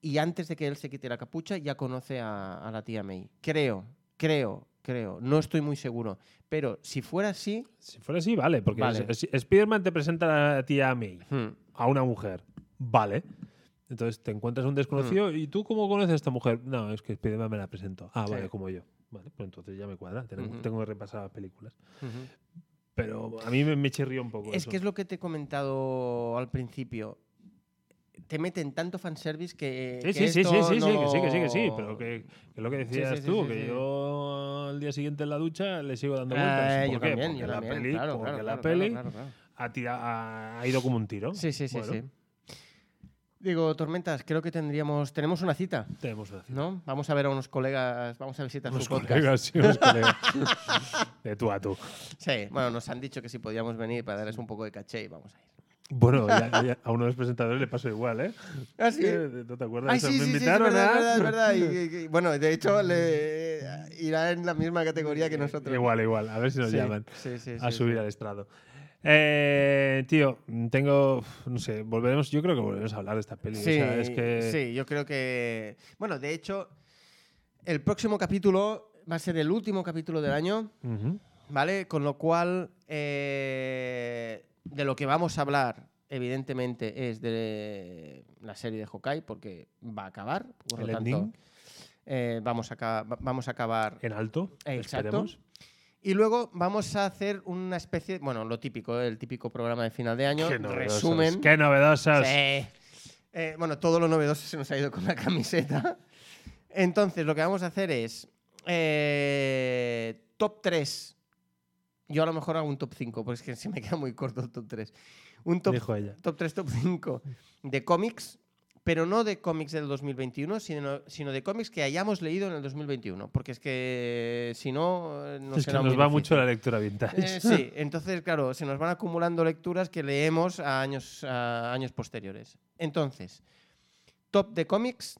[SPEAKER 2] y antes de que él se quite la capucha ya conoce a, a la tía May. Creo, creo, creo, no estoy muy seguro, pero si fuera así...
[SPEAKER 1] Si fuera así, vale. Porque
[SPEAKER 2] Vale.
[SPEAKER 1] es- es- Spider-Man te presenta a la tía May,
[SPEAKER 2] hmm,
[SPEAKER 1] a una mujer. Vale. Entonces te encuentras un desconocido.
[SPEAKER 2] Mm.
[SPEAKER 1] ¿Y tú cómo conoces a esta mujer? No, es que Spider-Man me la presentó. Ah,
[SPEAKER 2] Sí.
[SPEAKER 1] vale, como yo. Vale, pues entonces ya me cuadra. Tengo,
[SPEAKER 2] Ujú.
[SPEAKER 1] tengo que repasar las películas.
[SPEAKER 2] ujú.
[SPEAKER 1] Pero a mí me, me chirrió un poco.
[SPEAKER 2] Es
[SPEAKER 1] eso.
[SPEAKER 2] que es lo que te he comentado al principio. Te meten tanto fanservice que.
[SPEAKER 1] Sí,
[SPEAKER 2] que
[SPEAKER 1] sí, sí, sí,
[SPEAKER 2] esto
[SPEAKER 1] sí, sí, que sí, que sí, que
[SPEAKER 2] no-
[SPEAKER 1] sí, pero que, que es lo que decías
[SPEAKER 2] sí, sí,
[SPEAKER 1] tú,
[SPEAKER 2] sí,
[SPEAKER 1] que
[SPEAKER 2] sí.
[SPEAKER 1] yo al día siguiente en la ducha le sigo dando vueltas.
[SPEAKER 2] Ah,
[SPEAKER 1] ¿Por
[SPEAKER 2] yo
[SPEAKER 1] qué?
[SPEAKER 2] también,
[SPEAKER 1] porque
[SPEAKER 2] yo
[SPEAKER 1] la
[SPEAKER 2] también,
[SPEAKER 1] peli,
[SPEAKER 2] claro,
[SPEAKER 1] porque
[SPEAKER 2] claro,
[SPEAKER 1] la
[SPEAKER 2] claro,
[SPEAKER 1] peli
[SPEAKER 2] claro, claro, claro.
[SPEAKER 1] Ha, tira- ha- ha ido como un tiro.
[SPEAKER 2] Sí, sí, sí,
[SPEAKER 1] Bueno,
[SPEAKER 2] sí. Digo, Tormentas, creo que tendríamos. Tenemos una cita,
[SPEAKER 1] Tenemos una cita.
[SPEAKER 2] ¿no? Vamos a ver a unos colegas, vamos a visitar
[SPEAKER 1] Unos
[SPEAKER 2] su podcast.
[SPEAKER 1] colegas, sí, unos
[SPEAKER 2] (laughs)
[SPEAKER 1] colegas. De tú a tú.
[SPEAKER 2] Sí, bueno, nos han dicho que si podíamos venir para darles un poco de caché y vamos a ir.
[SPEAKER 1] Bueno, ya- ya a uno de los presentadores le pasó igual, ¿eh?
[SPEAKER 2] ¿Ah, sí?
[SPEAKER 1] Eh, ¿No te acuerdas?
[SPEAKER 2] Ay,
[SPEAKER 1] Eso,
[SPEAKER 2] sí,
[SPEAKER 1] me
[SPEAKER 2] sí, sí, sí,
[SPEAKER 1] invitaron ¿eh?
[SPEAKER 2] verdad,
[SPEAKER 1] a-
[SPEAKER 2] verdad, verdad. Y- y- y- bueno, de
[SPEAKER 1] (laughs)
[SPEAKER 2] hecho, le, irá en la misma categoría que nosotros.
[SPEAKER 1] Igual, igual. A ver si nos
[SPEAKER 2] Sí,
[SPEAKER 1] llaman.
[SPEAKER 2] sí, sí,
[SPEAKER 1] a
[SPEAKER 2] sí,
[SPEAKER 1] subir al estrado. Eh, tío, tengo, no sé, volveremos, yo creo que volveremos a hablar de esta peli. o
[SPEAKER 2] Sí,
[SPEAKER 1] sea, es que
[SPEAKER 2] sí, yo creo que. Bueno, de hecho, el próximo capítulo va a ser el último capítulo del año,
[SPEAKER 1] Ujú.
[SPEAKER 2] ¿vale? Con lo cual, eh, de lo que vamos a hablar, evidentemente, es de la serie de Hawkeye, porque va a acabar. Por lo
[SPEAKER 1] El
[SPEAKER 2] tanto,
[SPEAKER 1] ending.
[SPEAKER 2] eh, vamos, a, aca- va- vamos a acabar
[SPEAKER 1] en alto,
[SPEAKER 2] Exacto.
[SPEAKER 1] esperemos.
[SPEAKER 2] y luego vamos a hacer una especie, bueno, lo típico, ¿eh? el típico programa de final de año,
[SPEAKER 1] Qué novedosas,
[SPEAKER 2] resumen.
[SPEAKER 1] Qué novedosas.
[SPEAKER 2] Sí. Eh, bueno, todo lo novedoso se nos ha ido con la camiseta. Entonces, lo que vamos a hacer es eh, top 3. Yo a lo mejor hago un top 5, porque es que se me queda muy corto el top 3. Un top,
[SPEAKER 1] Dijo ella.
[SPEAKER 2] top 3, top 5 de cómics, pero no de cómics del 2021, sino, sino de cómics que hayamos leído en el 2021. Porque es que si no, eh, nos
[SPEAKER 1] es que
[SPEAKER 2] será
[SPEAKER 1] nos va
[SPEAKER 2] muy
[SPEAKER 1] mucho
[SPEAKER 2] difícil.
[SPEAKER 1] la lectura vintage.
[SPEAKER 2] Eh, sí, entonces, claro, se nos van acumulando lecturas que leemos a años, a años posteriores. Entonces, top de cómics,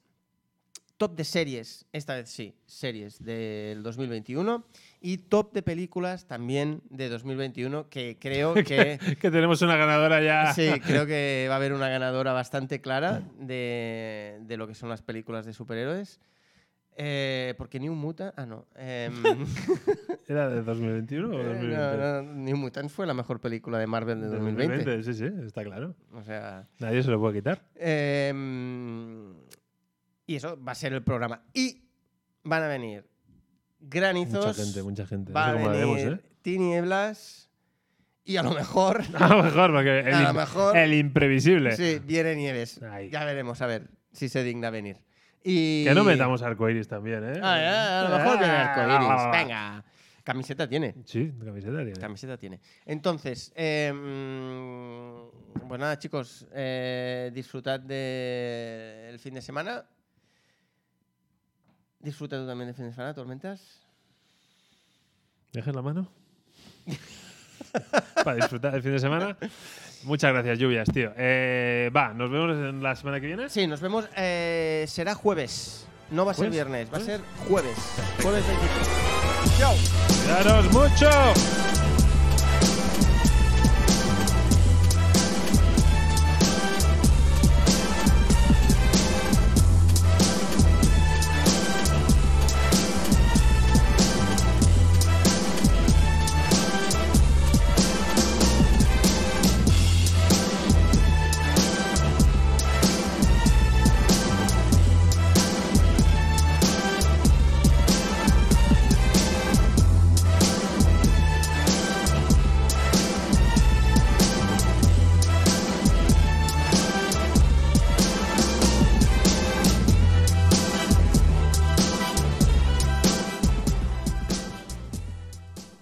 [SPEAKER 2] top de series, esta vez sí, series del 2021, y top de películas también de 2021, que creo que...
[SPEAKER 1] (laughs) que tenemos una ganadora ya.
[SPEAKER 2] Sí, creo que va a haber una ganadora bastante clara de, de lo que son las películas de superhéroes. Eh, porque New Mutant. Ah, no. em, (laughs)
[SPEAKER 1] ¿Era de 2021 o
[SPEAKER 2] eh,
[SPEAKER 1] 2020?
[SPEAKER 2] no, no, New Mutants fue la mejor película de Marvel de 2020.
[SPEAKER 1] Sí, sí, está claro.
[SPEAKER 2] O sea.
[SPEAKER 1] Nadie se lo puede quitar.
[SPEAKER 2] em, y eso va a ser el programa. Y van a venir granizos.
[SPEAKER 1] Mucha gente, mucha gente.
[SPEAKER 2] Va
[SPEAKER 1] no
[SPEAKER 2] a
[SPEAKER 1] sé cómo
[SPEAKER 2] venir
[SPEAKER 1] haremos, ¿eh? (laughs)
[SPEAKER 2] tinieblas. Y a lo mejor.
[SPEAKER 1] A lo mejor, porque el,
[SPEAKER 2] A lo
[SPEAKER 1] imp-
[SPEAKER 2] mejor-
[SPEAKER 1] el imprevisible.
[SPEAKER 2] sí, viene Nieves.
[SPEAKER 1] Ay.
[SPEAKER 2] Ya veremos, a ver si se digna venir. Y...
[SPEAKER 1] Que no metamos arcoiris también, ¿eh?
[SPEAKER 2] Ah, ah, a lo mejor viene
[SPEAKER 1] Ah, va, va,
[SPEAKER 2] arcoíris.
[SPEAKER 1] va.
[SPEAKER 2] Venga. Camiseta tiene.
[SPEAKER 1] Sí, camiseta tiene.
[SPEAKER 2] Camiseta tiene. Entonces, eh, mm, pues nada, chicos, eh, disfrutad del fin de semana. Disfruta tú también del fin de semana, Tormentas.
[SPEAKER 1] ¿Dejas la
[SPEAKER 2] (laughs)
[SPEAKER 1] mano? Para disfrutar el fin de semana. Muchas gracias, lluvias, tío. Eh, va, nos vemos en la semana que viene.
[SPEAKER 2] Sí, nos vemos. eh, será jueves. No va a ser
[SPEAKER 1] ¿Jueves?
[SPEAKER 2] viernes, va a
[SPEAKER 1] ¿Jueves?
[SPEAKER 2] ser jueves. Jueves 23. ¡Chao!
[SPEAKER 1] ¡Cuidaros mucho!